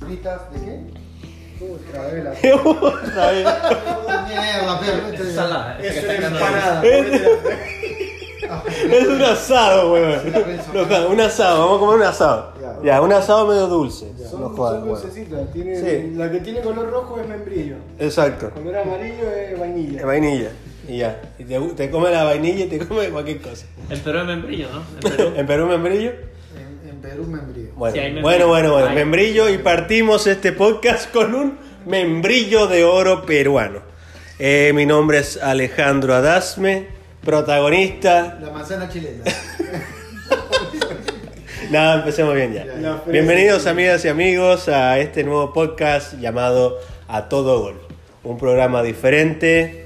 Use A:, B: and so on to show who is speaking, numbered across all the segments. A: podcast de qué?
B: Puta, vela.
C: Otra vez.
A: Mierda, perro. este-
D: Ensalada.
B: Es
D: esa
B: una
D: que está cantando
B: empanada.
C: Es un asado, weón. No, claro, un asado, vamos a comer un asado.
A: Ya.
C: Ya, un asado medio dulce.
B: Son,
C: No
B: son
C: jodas, weón.
B: dulcecitas. tienen-
C: Sí.
B: La que tiene color rojo es membrillo.
C: Exacto.
B: Color amarillo es
C: Eh,
B: vainilla.
C: Vainilla. Y ya. Y te, te come la vainilla y te come cualquier cosa.
D: En Perú es membrillo, ¿no? En Perú.
C: ¿En Perú membrillo?
A: En, en Perú membrío.
C: Bueno,
D: Sí, hay membrillo.
C: bueno, bueno, bueno.
D: Hay-
C: Membrillo y partimos este podcast con un membrillo de oro peruano. Eh, mi nombre es Alejandro Adasme, protagonista.
A: La manzana chilena.
C: Nada, empecemos bien ya.
A: Ya,
B: ya.
C: Bienvenidos amigas y amigos a este nuevo podcast llamado A Todo Gol. Un programa diferente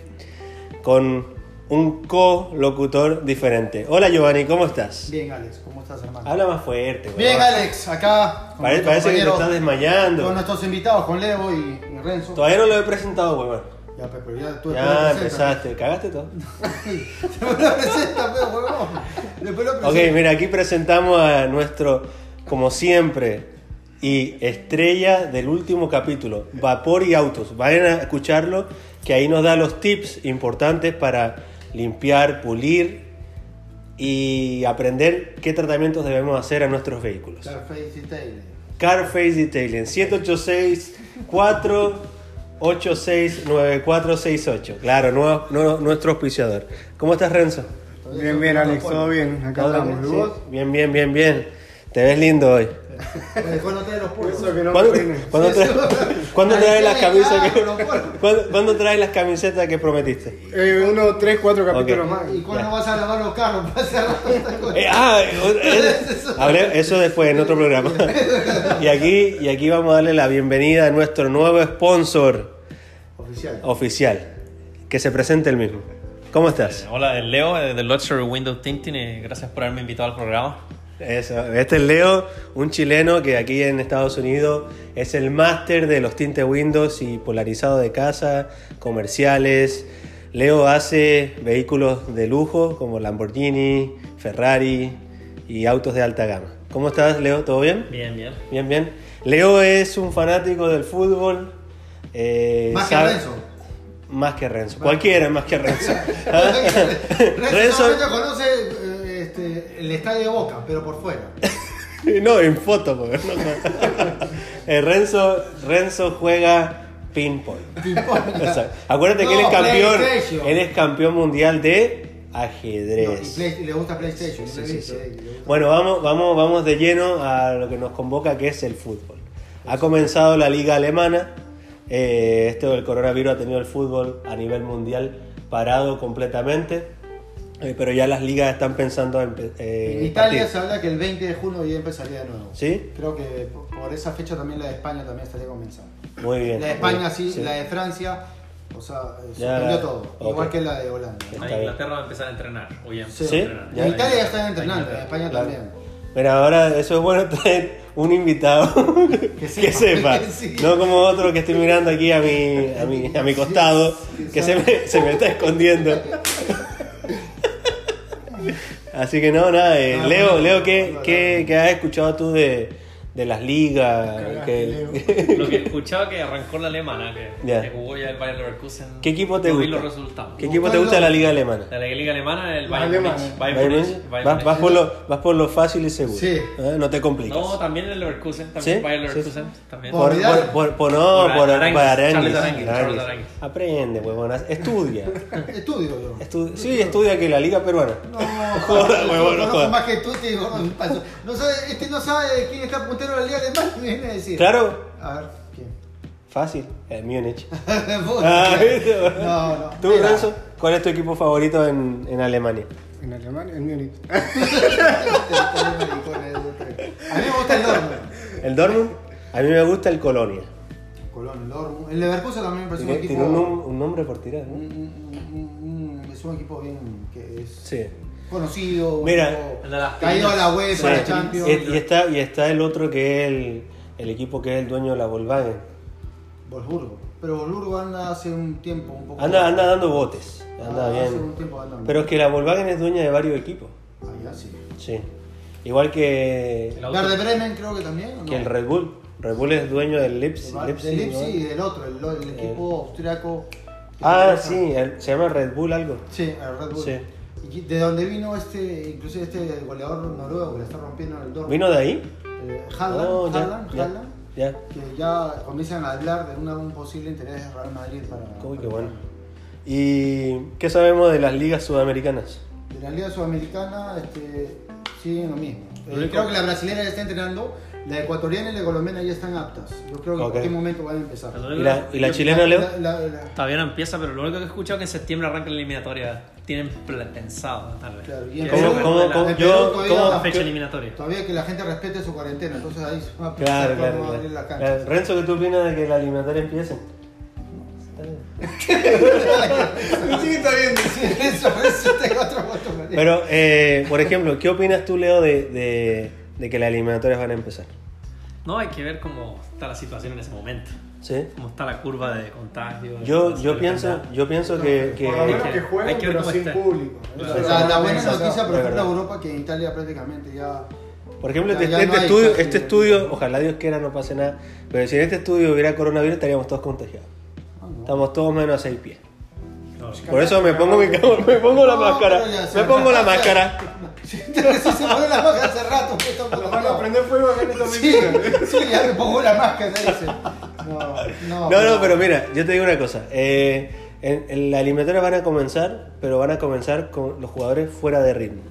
C: con un co-locutor diferente. Hola Giovanni, ¿cómo estás?
A: Bien, Alex, ¿cómo estás, hermano?
C: Habla más fuerte. weón.
A: Bien, Alex, acá. con
C: Pare-
A: nuestros
C: parece que te
A: compañeros,
C: estás desmayando.
A: Con nuestros invitados, con Levo y, y Renzo.
C: Todavía no lo he presentado, weón.
A: Ya, pues, pero ya tú después
C: Ya
A: lo presentas.
C: empezaste, cagaste todo.
A: Después lo presentas, pero huevón. Después lo
C: Ok,
A: presentas.
C: mira, aquí presentamos a nuestro, como siempre, y estrella del último capítulo, Vapor y Autos. Vayan a escucharlo, que ahí nos da los tips importantes para limpiar, pulir y aprender qué tratamientos debemos hacer a nuestros vehículos.
A: Scarface y Taylor.
C: Carface Detailing, 786 486 9468. Claro, nuevo- nuevo- nuestro auspiciador. ¿Cómo estás, Renzo?
B: Bien, bien, Alex, todo bien. Acá
C: ¿Todo
B: estamos. ¿Y
C: bien?
B: vos?
C: Sí. Bien, bien, bien, bien. Te ves lindo hoy.
A: Después no trae los
B: Por
A: puros.
B: eso que no
C: ¿Cuándo,
B: me
C: cuándo
A: Sí,
C: traes,
A: eso.
C: cuándo
A: Ahí
C: traes las
A: está,
C: camisas
A: claro,
C: que,
A: lo cual.
C: ¿cuándo, cuándo traes las camisetas que prometiste?
B: eh, Uno, tres, cuatro capítulos
C: Ok.
A: ¿Y
B: más.
A: cuándo vas a lavar los carros? Para cerrar esta cosa.
C: Eh, ah, eh, hablé- eso después en otro programa. Y aquí, y aquí vamos a darle la bienvenida a nuestro nuevo sponsor
A: Oficial.
C: oficial. Que se presente el mismo. ¿Cómo estás?
D: Hola, el Leo eh, de Luxury Window Tinting. eh, Gracias por haberme invitado al programa.
C: Eso, Este es Leo, un chileno que aquí en Estados Unidos es el máster de los tintes Windows y polarizado de casa, comerciales. Leo hace vehículos de lujo como Lamborghini, Ferrari y autos de alta gama. ¿Cómo estás, Leo? ¿Todo bien?
D: Bien, bien.
C: Bien, bien. Leo es un fanático del fútbol. eh,
A: Más que
C: sabe-
A: Renzo.
C: Más que Renzo. Cualquiera más que Renzo.
A: Renzo
C: Renzo-
A: solamente conoce eh, este, el estadio de Boca, pero por fuera.
C: No, en foto, porque no. Eh, Renzo, Renzo juega ping-pong. O sea, Acuérdate que él es
A: No,
C: campeón.
A: PlayStation.
C: Él es campeón mundial de
A: No, y
C: ajedrez.
A: Play- y le gusta PlayStation.
C: Sí,
A: le
C: sí,
A: dice,
C: sí.
A: le gusta-
C: Bueno, vamos, vamos, vamos de lleno a lo que nos convoca, que es el fútbol. Ha comenzado la liga alemana. Eh, esto del coronavirus ha tenido el fútbol a nivel mundial parado completamente. Eh, pero ya las ligas están pensando en, empe- eh,
A: en Italia
C: partir.
A: se habla que el 20 de junio ya empezaría de nuevo.
C: ¿Sí?
A: Creo que por- por esa fecha también la de España también estaría comenzando.
C: Muy bien.
A: La de
C: muy
A: España
C: bien,
A: sí, la de Francia, o sea, eh,
C: Ya,
A: suspendió todo.
C: ok.
A: Igual que la de Holanda.
C: Está
D: Ah,
C: bien.
D: Inglaterra va a empezar a entrenar. O ya empezó
A: Sí.
D: a entrenar.
C: Ya.
A: En Italia ya están
D: está
A: entrenando, en
D: Inglaterra.
A: España
C: Claro.
A: también.
C: Pero ahora eso es bueno traer un invitado que sepa,
A: que sí.
C: no como otro que estoy mirando aquí a mi, a mi, a mi costado,
A: sí,
C: que se me, se me está escondiendo. Así que no, nada, eh,
A: Ah,
C: Leo,
A: bueno.
C: Leo, ¿qué,
A: Bueno,
C: qué, qué has escuchado tú de, de las ligas? ¿Qué,
D: Lo que escuchaba que arrancó la alemana, que,
C: Ya.
D: que jugó ya el Bayern Leverkusen.
C: ¿Qué equipo te
D: No vi
C: gusta?
D: los resultados.
C: qué equipo te gusta de la liga alemana?
D: La Liga Alemana, el
B: Los
D: Bayern
B: alemanes.
D: Múnich. Bayern Múnich, Bayern
C: Vas,
D: Múnich.
C: vas por lo, vas por lo fácil y seguro.
A: Sí.
C: ¿eh? No te complicas.
D: No, también el Leverkusen, también
C: ¿Sí?
D: Bayern
C: Sí, sí.
D: Leverkusen. También.
A: Por-
C: Por, por, por, por- no,
D: Por
C: por,
D: Aranguis,
C: por
D: Charles
C: Aranguis,
D: Aranguis, Charles
C: Aranguis.
D: Aranguis.
C: Aprende, huevón. Estudia.
A: Estudio yo.
C: Estu- sí, estudia que la Liga Peruana.
A: No,
C: Joda, huevón, no
A: conozco
C: joda.
A: más que tú, te digo, no, paso. No sabe, este no sabe de quién está puntero del día de más, me viene a decir.
C: Claro,
A: A ver, ¿quién?
C: fácil. El Múnich.
A: Vos,
C: Ah,
A: mira.
C: ¿viste?
A: No, no.
C: ¿Tú,
A: Mira,
C: Renzo? ¿Cuál es tu equipo favorito en, en Alemania?
B: En Alemania, en Múnich.
A: A mí me gusta el Dortmund.
C: ¿El Dortmund? A mí me gusta el Colonia.
A: Colón, el Dortmund. El Leverkusen también me parece un
C: Tiene,
A: equipo.
C: tiene un, nom- un nombre por tirar,
A: un-
C: ¿no?
A: un- un- un- es un equipo bien que es
C: Sí.
A: conocido, un
C: Mira,
A: equipo
D: el de las
A: caído a la UEFA, a la
C: Sí.
A: Champions.
C: Y, y está, y está el otro que es el, el equipo que es el dueño de la Volkswagen.
A: Wolfsburgo. Pero Wolfsburgo anda hace un tiempo un poco.
C: Anda, anda dando botes.
A: Ah,
C: Anda
A: Hace un
C: bien.
A: tiempo anda
C: Pero es que la Volkswagen es dueña de varios equipos.
A: Ah, ya, sí.
C: Sí. Igual que,
D: El auto-
A: Verde Bremen creo que también. ¿o no?
C: que el Red Bull. Red Bull es dueño del Lips- Lipsi.
A: el Leipzig
C: ¿no? Eh.
A: y el otro, el, el equipo austriaco. que
C: Ah,
A: maneja-
C: sí, el- se llama Red Bull algo.
A: Sí, el Red Bull.
C: Sí.
A: Y ¿De dónde vino este, inclusive este goleador noruego que le está rompiendo en el Dortmund?
C: ¿Vino de ahí?
A: Eh, Haaland,
C: Oh, ya,
A: Haaland,
C: ya,
A: Haaland,
C: ya.
A: que ya comienzan a hablar de una- un posible interés de Real Madrid para...
C: Uy, qué bueno. ¿Y qué sabemos de las ligas sudamericanas?
A: De la Liga Sudamericana este, siguen lo mismo. Eh, creo que la brasileña ya está entrenando, la ecuatoriana y la colombiana ya están aptas. Yo creo que
C: Ok.
A: en cualquier momento van a empezar.
D: Pero
C: ¿Y la, y la chilena, Leo?
A: La- la- la-
D: Todavía no empieza, pero lo único que he escuchado es que en septiembre arranca la eliminatoria. Tienen pla- pensado, tal vez.
A: Claro, y en
D: Que
A: Perú-
D: es la-
C: cómo-
D: la-
C: cómo-
A: en
C: yo-
A: Perú todavía-
D: la fecha eliminatoria.
A: Todavía que la gente respete su cuarentena, entonces ahí se va a
C: Claro,
A: pensar
C: claro.
A: cómo va a abrir la
C: claro.
A: cancha.
C: Claro. Renzo, ¿qué tú opinas de que la eliminatoria empiece?
B: Sí, está bien.
A: Sí, eso, eso tengo otro voto. María.
C: Pero, eh, por ejemplo, ¿qué opinas tú, Leo, de, de- de que las eliminatorias van a empezar?
D: No, hay que ver cómo está la situación en ese momento.
C: ¿Sí?
D: Cómo está la curva de contagio.
C: Yo,
D: de
C: yo pienso,
D: enfermedad.
C: yo pienso que,
B: Por lo menos
C: que
B: que
D: hay
B: jueguen,
D: que ver
B: pero
D: cómo
B: sin
D: está.
B: público. Eso es lo
A: la, la
B: más
A: buena
B: sensato.
A: noticia, por
C: de
A: ejemplo,
C: verdad.
A: Europa que en Italia prácticamente ya.
C: por ejemplo,
A: Ya-
C: este,
A: ya
C: este
A: no hay
C: estudio,
A: casi-
C: este estudio, ojalá Dios quiera no pase nada, pero si en este estudio hubiera coronavirus estaríamos todos contagiados.
A: Ah, no.
C: Estamos todos menos a seis pies.
D: Claro.
C: Por eso me pongo, mi, me pongo la
A: No,
C: máscara.
A: pero ya se-
C: Me pongo la máscara.
A: Sí, se pone la máscara hace rato. pues, estamos
B: Lo van a
A: todos.
B: prender fuego acá en este esta
A: Sí,
B: oficina.
A: sí, ya me pongo la máscara, dice. No, no.
C: No, no, pero mira, yo te digo una cosa. Eh, en, en la eliminatoria van a comenzar, pero van a comenzar con los jugadores fuera de ritmo.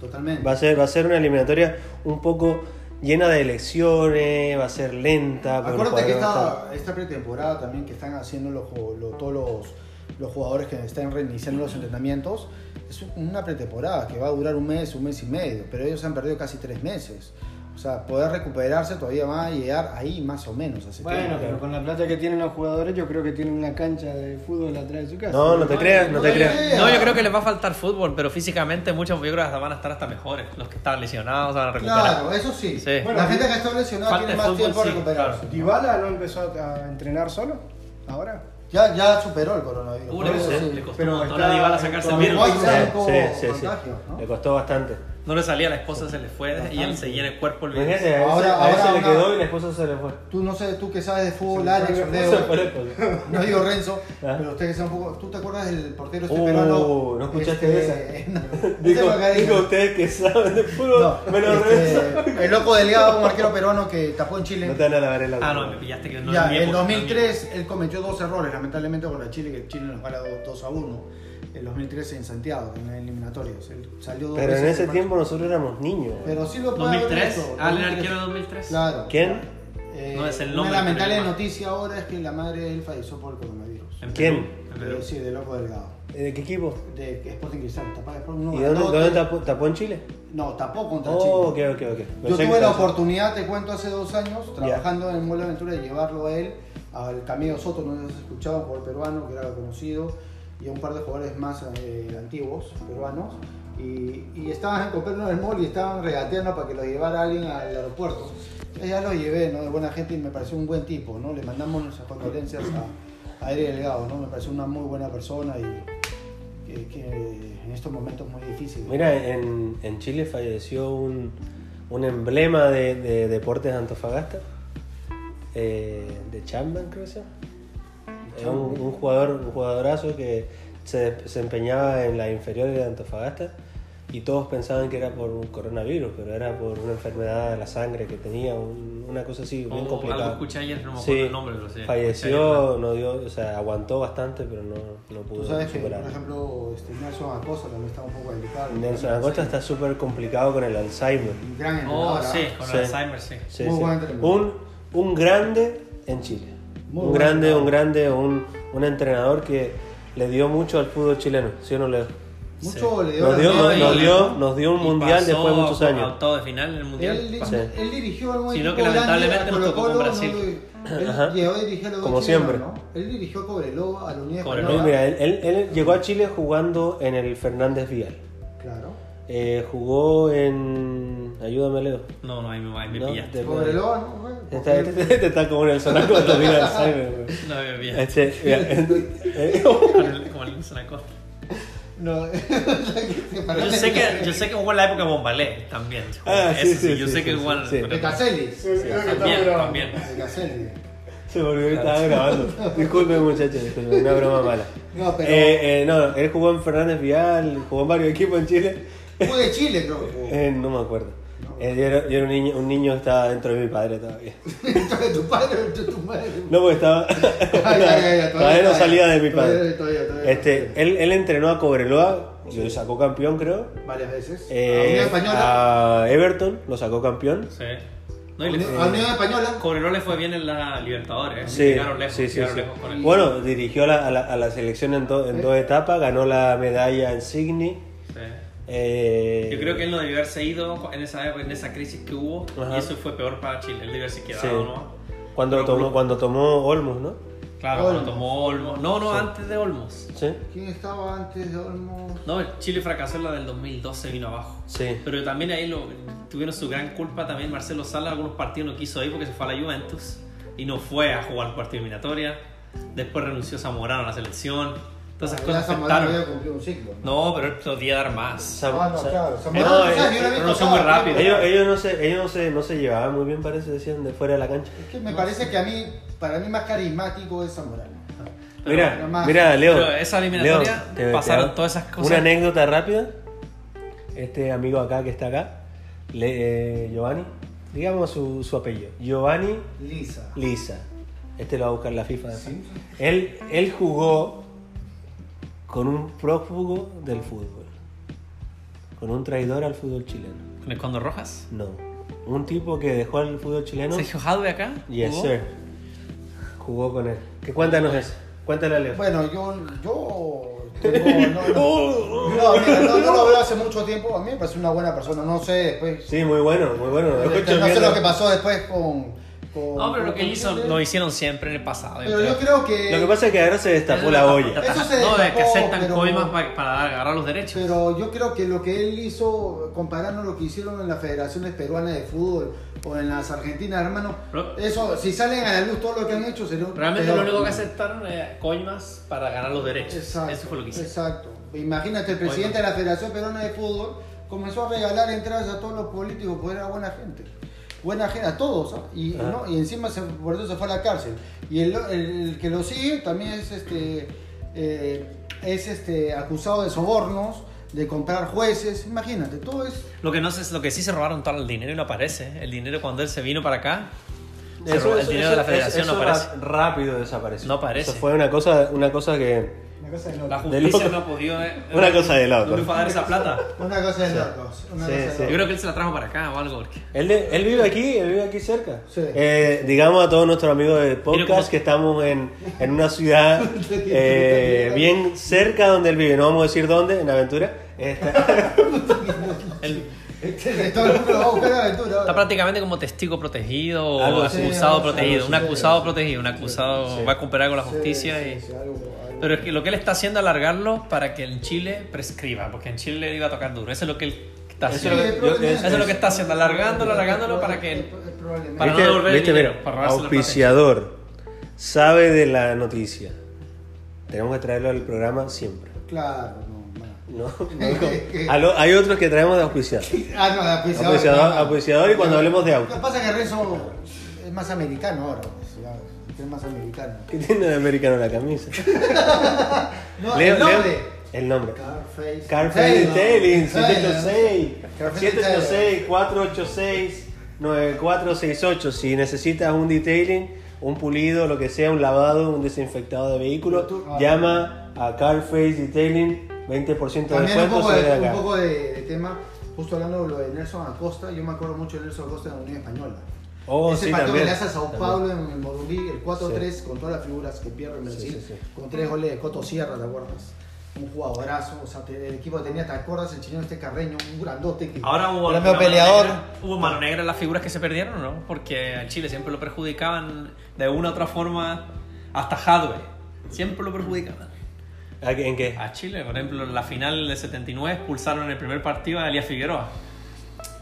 A: Totalmente.
C: Va a ser, va a ser una eliminatoria un poco llena de lesiones, va a ser lenta. porque los
A: Acuérdate que
C: jugadores van a
A: esta, esta pretemporada también que están haciendo los, ju- lo- todos los, los jugadores que están reiniciando los entrenamientos, es un- una pretemporada que va a durar un mes, un mes y medio, pero ellos han perdido casi tres meses. O sea, poder recuperarse todavía van a llegar ahí más o menos. a ese
B: Bueno,
A: tiempo.
B: pero con la plata que tienen los jugadores, yo creo que tienen una cancha de fútbol atrás de su
C: estar-
B: casa.
C: No, no te creas, no te
A: no,
C: creas.
A: no,
D: No, yo creo que les va a faltar fútbol, pero físicamente muchos yo creo que hasta van a estar hasta mejores. Los que están lesionados se van a recuperar.
A: Claro, eso sí.
D: Sí.
A: Bueno,
B: Bueno,
A: la gente que está lesionada
D: falta
A: tiene
D: de
A: más
D: fútbol,
A: tiempo a
D: sí,
A: recuperarse.
D: claro.
B: ¿Dibala no empezó a, a entrenar solo? ¿Ahora?
A: Ya, ya superó el coronavirus.
D: Hubo
A: por
D: una
A: eso
D: cosa,
A: sí.
D: le costó
B: pero
D: un montón
B: está-
D: a Dybala sacarse el
B: con
D: virus.
A: White Sox.
C: Sí, sí, sí.
A: Contagio, ¿no?
C: Le costó bastante.
D: No le salía, la esposa se le fue y él seguía en el cuerpo el virus.
C: Imagínate, a él se-
A: Ahora-
C: a él
A: ahora
C: se le
A: una-
C: quedó y la esposa se le fue.
A: Tú no sé, tú que sabes de fútbol, Alex,
B: fue
A: Leo,
C: Se fue la esposa.
A: no digo Renzo,
C: Ah.
A: pero ustedes son un poco. ¿Tú te acuerdas del portero este
C: Oh,
A: peruano?
C: ¿no escuchaste
A: esa? No, Ese
C: Dijo,
A: Bacari-
C: dijo ustedes que saben de fútbol,
A: No,
C: me lo
A: este,
C: rezo.
A: El loco delgado, un arquero peruano que tapó en
C: No
A: Chile.
C: te van a lavar el auto.
D: Ah, no, me pillaste que no
A: ya,
D: es mi
A: en
D: época, no es mi
A: 2003 él cometió dos errores, lamentablemente con la Chile, que Chile nos gana 2 a 1. En 2003 en Santiago, en las eliminatorias. Él salió dos
C: Pero
A: veces
C: en ese
A: del
C: tiempo nosotros éramos niños.
A: partido. Pero sí lo puede haber
D: 2003,
A: hecho,
D: ah, el
A: 2003.
D: arquero de 2003.
A: Claro.
C: ¿Quién?
A: Eh,
D: No es el nombre,
A: Una lamentable
D: pero-
A: noticia ahora es que la madre de él falleció por el coronavirus.
D: En Perú,
C: ¿Quién?
D: en Perú.
A: Eh, sí, de loco delgado.
C: ¿De qué equipo?
A: De Sporting Cristal. Tapá de Sporting, no,
C: ¿Y dónde,
A: no,
C: dónde
A: te-
C: tapó, tapó en Chile?
A: No, tapó contra
C: Oh, ok,
A: Chile.
C: ok, ok. Pensé
A: Yo
C: que
A: tuve la
C: estaba-
A: oportunidad, te cuento, hace dos años, trabajando en Muela Aventura, de llevarlo a él, al Camilo Soto, no sé si has escuchado, un jugador peruano que era conocido, y a un par de jugadores más eh, antiguos, peruanos. Y, y estaban en Coperno del Mall y estaban regateando para que lo llevara alguien al aeropuerto. Entonces ya lo llevé, ¿no? De buena gente y me pareció un buen tipo, ¿no? Le mandamos nuestras condolencias a, a Eri Delgado, ¿no? Me pareció una muy buena persona y que, que en estos momentos muy difíciles.
C: Mira, en, en Chile falleció un, un emblema de, de deportes de Antofagasta, eh, de Chamban, creo que se llama. Era un, un jugador, un jugadorazo que se desempeñaba en las inferiores de Antofagasta y todos pensaban que era por un coronavirus, pero era por una enfermedad de la sangre que tenía, un- una cosa así, bien
D: Oh,
C: complicada.
D: algo escuché ayer, no me acuerdo
C: Sí,
D: el nombre, pero sí. Oh,
C: falleció, no dio, o sea, aguantó bastante, pero no, no pudo
A: Tú sabes que, por
C: superar.
A: ejemplo, este, Nelson Acosta también está un poco delicado.
C: Nelson Acosta está súper complicado con el Alzheimer.
A: Un gran
D: Oh,
A: entrenador.
D: sí,
A: ¿ah?
D: con
C: Sí.
D: Alzheimer, sí.
C: Sí,
A: Muy
C: sí.
A: buen entrenador.
C: Un, un grande en Chile.
A: Muy
C: un,
A: buen
C: grande, un
A: entrenador.
C: grande, un un entrenador que le dio mucho al fútbol chileno, ¿sí o no, Leo?
A: Mucho
D: Sí.
A: le dio
C: Nos
A: la
C: dio,
A: mano.
C: nos, nos dio, nos dio un
D: Y
C: mundial
D: pasó
C: después de muchos
D: por
C: años.
D: octavos de final en el mundial.
A: Él,
D: Pasó.
A: él- él dirigió a un
D: Sino
A: equipo
D: que
A: grande,
D: lamentablemente
A: a
D: nos tocó
A: Colo-Colo,
D: con
A: no
D: Brasil.
A: lo- él
C: Ajá.
A: llegó a dirigir a los
C: Como
A: chilenos,
C: siempre.
A: ¿no? Él dirigió a Cobreloa, a la Unidad
D: Cobreloa.
A: Española.
C: Mira, él, él- él llegó a Chile jugando en el Fernández Vial.
A: Claro.
C: Eh, jugó en. Ayúdame, Leo.
D: No, no, ahí me, ahí me
C: No,
D: pillaste.
C: de-
A: Cobreloa, ¿no? Bueno,
C: Está, está- está como en el sonar cuando termina Alzheimer, güey.
D: No, ahí me pillaste.
C: Este, mira, eh,
D: Con el- Como el Nelson Acosta.
A: No,
D: Yo sé que, yo sé que jugó en la época de Bombalé también.
C: Ah, sí,
D: Eso sí,
C: sí,
D: yo
C: sí,
D: sé que
C: sí,
D: igual.
C: sí.
A: De Caselli.
B: Sí, creo que está
D: También,
B: grabando.
D: también.
A: De Caselli.
C: Se volvió que estaba grabando. Disculpen, muchachos, disculpen, una broma mala.
A: No, pero-
C: Eh, eh, no, él jugó en Fernández Vial, jugó en varios equipos en Chile.
A: Fue de Chile, creo que jugó.
C: Eh, no me acuerdo. Eh, yo era, yo era un niño, un niño que estaba dentro de mi padre todavía.
A: Entonces, tu padre, tu, tu madre.
C: No, porque estaba.
A: Ay, ay, ay, ay,
C: todavía no salía de mi padre.
A: Todavía, todavía, todavía.
C: Este, él, él entrenó a Cobreloa, lo sacó campeón, creo.
A: Varias veces. a
C: Eh,
A: Unión Española.
C: a Everton lo sacó campeón.
D: Sí. No,
A: A
D: y le- eh,
A: Unión- a Unión Española.
D: Cobreloa le fue bien en la Libertadores. ¿eh?
C: Sí,
D: Llegaron lejos,
C: sí, sí,
D: llegaron
C: sí.
D: lejos con él.
C: Bueno, dirigió la- a, la, a la selección en, do- en dos etapas, ganó la medalla en Signy.
D: Sí.
C: eh,
D: Yo creo que él no debió haberse ido en esa, en esa crisis que hubo.
C: Ajá.
D: Y eso fue peor para Chile. Él debió haberse quedado,
C: Sí.
D: ¿no?
C: cuando
D: Pero
C: tomó,
D: Blue-
C: cuando tomó Olmos, ¿no?
D: Claro,
A: Olmos.
D: cuando tomó Olmos. No, no, antes de Olmos.
C: Sí.
A: ¿Quién estaba antes de Olmos?
D: No, Chile fracasó en la del 2012, vino abajo.
C: Sí.
A: Ah,
D: Pero también ahí lo, tuvieron su gran culpa también Marcelo Sala, algunos partidos no quiso ir porque se fue a la Juventus y no fue a jugar partido eliminatoria. Después renunció Zamorano a la selección. Todas
A: Ah, Ya
D: esas cosas
A: Zamorano
D: afectaron.
A: había cumplido un ciclo.
D: No, eh, pero él podía dar más.
A: Ah,
C: Sam-
A: no,
C: Sam-
A: claro.
C: No,
A: Zamorano,
C: ellos-
A: ¿sabes? Yo lo he visto
D: ellos son muy
A: cada-
D: rápidos.
C: Ellos, ellos no se, ellos no se, no se llevaban muy bien, parece, decían, de fuera de la cancha.
A: Es que me parece que a mí, para mí más carismático es Zamorano.
D: Pero-
C: Mira,
A: no más.
C: mira, Leo.
D: Pero esa eliminatoria pasaron
C: hago
D: todas esas cosas.
C: Una anécdota rápida. Este amigo acá que está acá, le- eh, Giovanni, digamos su, su apellido. Giovanni
A: Lisa.
C: Lisa. Este lo va a buscar la FIFA.
A: Sí.
C: Él, él jugó con un prófugo del fútbol. Con un traidor al fútbol chileno.
D: ¿Con el Condor Rojas?
C: No. Un tipo que dejó al fútbol chileno.
D: ¿Sergio Jadwe acá?
C: Yes,
D: ¿Jugó?
C: sir. Jugó con él. ¿Qué cuéntanos eso? Cuéntale a Leo.
A: Bueno, yo. yo tengo- no, no, no, mira, no, no lo veo hace mucho tiempo. A mí me parece una buena persona. No sé después. este,
C: Sí, muy bueno, muy bueno.
A: No
C: Escucho
A: sé
C: mierda.
A: lo que pasó después con. con-
D: No, pero lo que
A: con-
D: él hizo lo hicieron siempre en el pasado. yo
A: Pero
D: creo.
A: yo creo que.
C: Lo que pasa es que ahora se destapó la olla.
A: Eso se
D: No, es que
A: destapó,
D: aceptan
A: pero-
D: coimas pa- para agarrar los derechos.
A: Pero yo creo que lo que él hizo, comparando lo que hicieron en las federaciones peruanas de fútbol o en las argentinas, hermano,
D: Pero-
A: eso, si salen a la luz todo lo que han hecho, se lo.
D: Realmente
A: peor.
D: lo único que aceptaron era coimas para ganar los derechos.
A: Exacto,
D: Eso fue lo que hicieron.
A: Exacto. Imagínate, el presidente de la Federación Peruana de Fútbol comenzó a regalar entradas a todos los políticos porque era buena gente. Buena gente, a todos. ¿ah? Y,
C: Ajá.
A: ¿no? y encima se, por eso se fue a la cárcel. Y el, el- el que lo sigue también es este eh, es este acusado de sobornos, de comprar jueces. Imagínate, todo es.
D: Lo que no sé es lo que sí se robaron todo el dinero y no aparece. El dinero cuando él se vino para acá, se
C: Eso-
D: robó- el
C: eso-
D: dinero de la
C: eso-
D: federación
C: eso
D: no aparece.
C: ra- Rápido desapareció.
D: No aparece.
C: Eso fue una cosa, una cosa que.
B: Una cosa de
D: La
B: loco.
D: justicia
C: loco.
D: no ha podido. eh,
C: Una cosa de loco.
D: No le fue a dar esa plata.
A: Una cosa de locos. Una
C: Sí,
A: cosa de
C: sí.
D: Yo
A: locos.
D: creo que él se la trajo para acá o algo. Porque...
C: Él, de- él vive aquí, él vive aquí cerca.
A: Sí.
C: Eh, digamos a todos nuestros amigos de podcast
D: Mira cómo-
C: que estamos en, en una ciudad eh, bien cerca donde él vive. No vamos a decir dónde, en Aventura. Este, Está-
D: Él
A: Este, Todo el mundo va a buscar aventura.
D: está prácticamente como testigo protegido o
C: Algo así.
D: acusado
A: Sí,
D: protegido.
A: algo
D: Un
A: así.
D: acusado protegido, un acusado
C: Sí.
D: va a cooperar con la
A: Sí,
D: justicia.
A: sí,
D: y...
A: sí, algo- algo.
D: Pero es que lo que él está haciendo es alargarlo para que en Chile prescriba, porque en Chile le iba a tocar duro. Eso es lo que él está
C: Eso
D: haciendo.
C: es lo que- yo-
D: Eso es lo que está haciendo, alargándolo, alargándolo para que-
A: Probablemente.
D: Para no
C: ¿Viste?
D: devolver el
C: ¿Viste?
D: dinero,
C: Mira,
D: para robarse la plata.
C: auspiciador sabe de la noticia. Tenemos que traerlo al programa siempre.
A: Claro, no, no.
C: No, no, como- a lo- hay otros que traemos de auspiciar.
A: Ah, no, de apreciador.
C: Apreciador-
A: no, no.
C: apreciador y cuando hablemos de auto.
A: Lo que pasa es que Renzo es más americano ahora. pues, ya, Es más americano.
C: ¿Qué tiene de americano la camisa?
A: No,
C: Leo-
A: el
C: Leo-
A: nombre.
C: el nombre.
A: Carface.
C: Carface
A: Taylor.
C: Detailing,
A: Taylor.
C: 786,
A: Carface
C: 786, 486, 9468. Si necesitas un detailing, un pulido, lo que sea, un lavado, un desinfectado de vehículo,
A: Tú- ah,
C: llama a Carface Detailing, 20% de
A: También un
C: descuento
A: poco,
C: sobre
A: de,
C: acá.
A: un poco de, de tema, justo hablando de lo de Nelson Acosta, yo me acuerdo mucho de Nelson Acosta en la Unión Española.
C: Oh,
A: Ese
C: sí,
A: partido
C: también,
A: que le hace a Sao
C: también.
A: Paulo en el Morumbí, el 4-3, con todas las figuras que pierde en Brasil,
C: sí, sí.
A: con tres goles de Coto Sierra, ¿te acuerdas? Un jugadorazo, o sea, te- el equipo que tenía, ¿te acuerdas? El chileno este Carreño, un grandote
C: Ah,
A: que
D: Ahora hubo,
A: era
D: una
A: medio
D: mano
A: peleador.
D: negra- hubo mano negra en las figuras que se perdieron, ¿no? Porque al Chile siempre lo perjudicaban de una u otra forma, hasta Hadwe. Siempre lo perjudicaban.
C: ¿A qué- ¿En qué?
A: Ah,
D: A Chile, por ejemplo, en la final de 79 expulsaron en el primer partido a Elías Figueroa.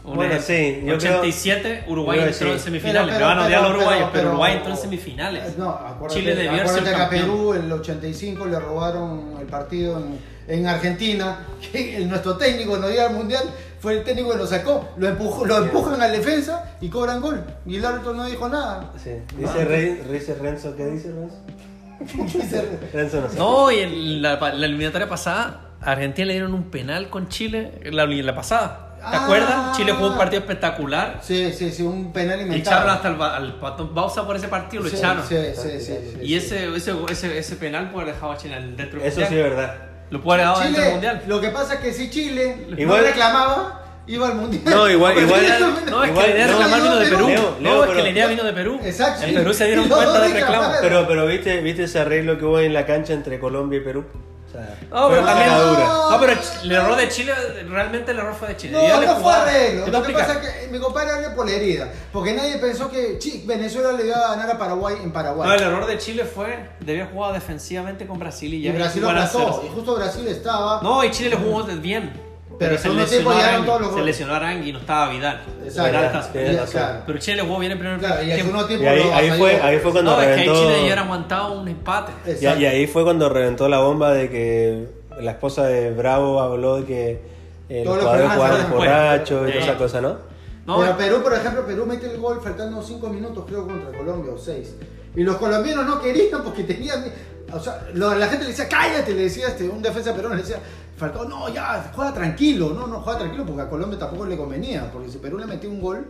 D: Un
C: Bueno,
D: ex-
C: sí, yo creo-
D: 87, Uruguay
C: creo que
D: entró
C: sí.
D: en
A: Pero,
D: semifinales.
A: pero,
D: Me van a odiar
A: pero,
D: los uruguayos, pero,
A: pero- eh,
D: Uruguay entró en semifinales.
A: No, acuérdate,
D: Chile debió haber
A: acuérdate
D: sido
A: que a
D: campeón.
A: Perú en el 85 le robaron el partido en, en Argentina, que el- nuestro técnico nos dio al mundial, fue el técnico que lo sacó, lo, empujó, lo empujan al defensa y cobran gol. Y el árbitro no dijo nada.
C: Sí. Dice, Rey- dice Renzo, ¿qué dice Renzo?
A: Dice,
C: Renzo no sabe.
D: No, y en la, la eliminatoria pasada, a Argentina le dieron un penal con Chile, en la, en la pasada. ¿Te
A: Ah.
D: acuerdas? Chile jugó un partido espectacular.
A: sí, sí, sí, un penal
D: Y
A: inventado.
D: echaron hasta al, ba- al patón Bausa por ese partido, lo
A: Sí,
D: echaron.
A: Sí, sí, sí, sí.
D: y ese, ese, ese, ese penal puede haber dejado a Chile dentro del
C: Eso sí es
D: mundial.
C: verdad.
D: Lo puede haber dejado dentro del
A: Chile,
D: mundial.
A: lo que pasa es que si Chile
C: Igual-
A: no reclamaba, iba al mundial.
C: No, igual-
A: Pero
C: igual-
A: eso-
D: No, es
C: Igual,
D: que la idea de
A: no,
D: reclamar
A: no,
D: vino de
A: pero-
D: Perú.
C: Leo, Leo,
D: no, es que
C: pero-
D: la idea vino de Perú.
A: Exacto.
D: En Perú se dieron
A: Y los
D: cuenta
A: dos
D: del reclamo.
A: reclamaron.
C: Pero, pero ¿viste, ¿viste ese arreglo que hubo en la cancha entre Colombia y Perú? O sea,
D: No,
C: fue
D: Oh, pero
C: una
D: también.
C: cagadura.
D: No, pero el error de Chile, realmente el error fue de Chile.
A: No,
D: Ellos le
A: no fue
D: jugaron-
A: arreglo.
D: Te voy a
A: Lo que pasa
D: explicar.
A: es que mi compadre habla por la herida. Porque nadie pensó que chi, Venezuela le iba a ganar a Paraguay en Paraguay.
D: No, el error de Chile fue, debía jugar defensivamente con Brasil y
A: y
D: ya
A: Brasil lo
D: igual a
A: aplastó.
D: cero.
A: Y justo Brasil estaba.
D: No, y Chile le jugó bien.
A: el segundo tiempo
D: lesionó
A: llegaron
D: Arangui,
A: todos los
D: se
A: goles.
D: lesionó Arangui y no estaba Vidal.
A: Exacto.
D: Vidal está-
A: Y-
C: tienes razón.
A: claro,
D: Pero Chile le jugó bien en primer
A: claro, y al
D: tiempo.
A: segundo tiempo.
C: Y ahí,
A: lo
C: ahí
A: asalló.
C: fue, ahí fue cuando
D: No, es que ahí
C: reventó.
D: Chile ya hubiera aguantado un empate.
C: Y,
A: Exacto.
C: y ahí fue cuando reventó la bomba de que la esposa de Bravo habló de que eh, los
A: Todos los
C: jugadores
A: peruanos
C: jugaban
A: fueron
C: borrachos y toda
D: Sí.
C: esa cosa, ¿no?
D: No, eh.
A: Pero Perú, por ejemplo, Perú mete el gol faltando 5 minutos, creo, contra Colombia o 6. Y los colombianos no querían porque tenían. O sea, lo- la gente le decía, cállate, le decía este, un defensa peruano, le decía, Falcao, no, ya, juega tranquilo, no, no, juega tranquilo porque a Colombia tampoco le convenía, porque si Perú le metía un gol,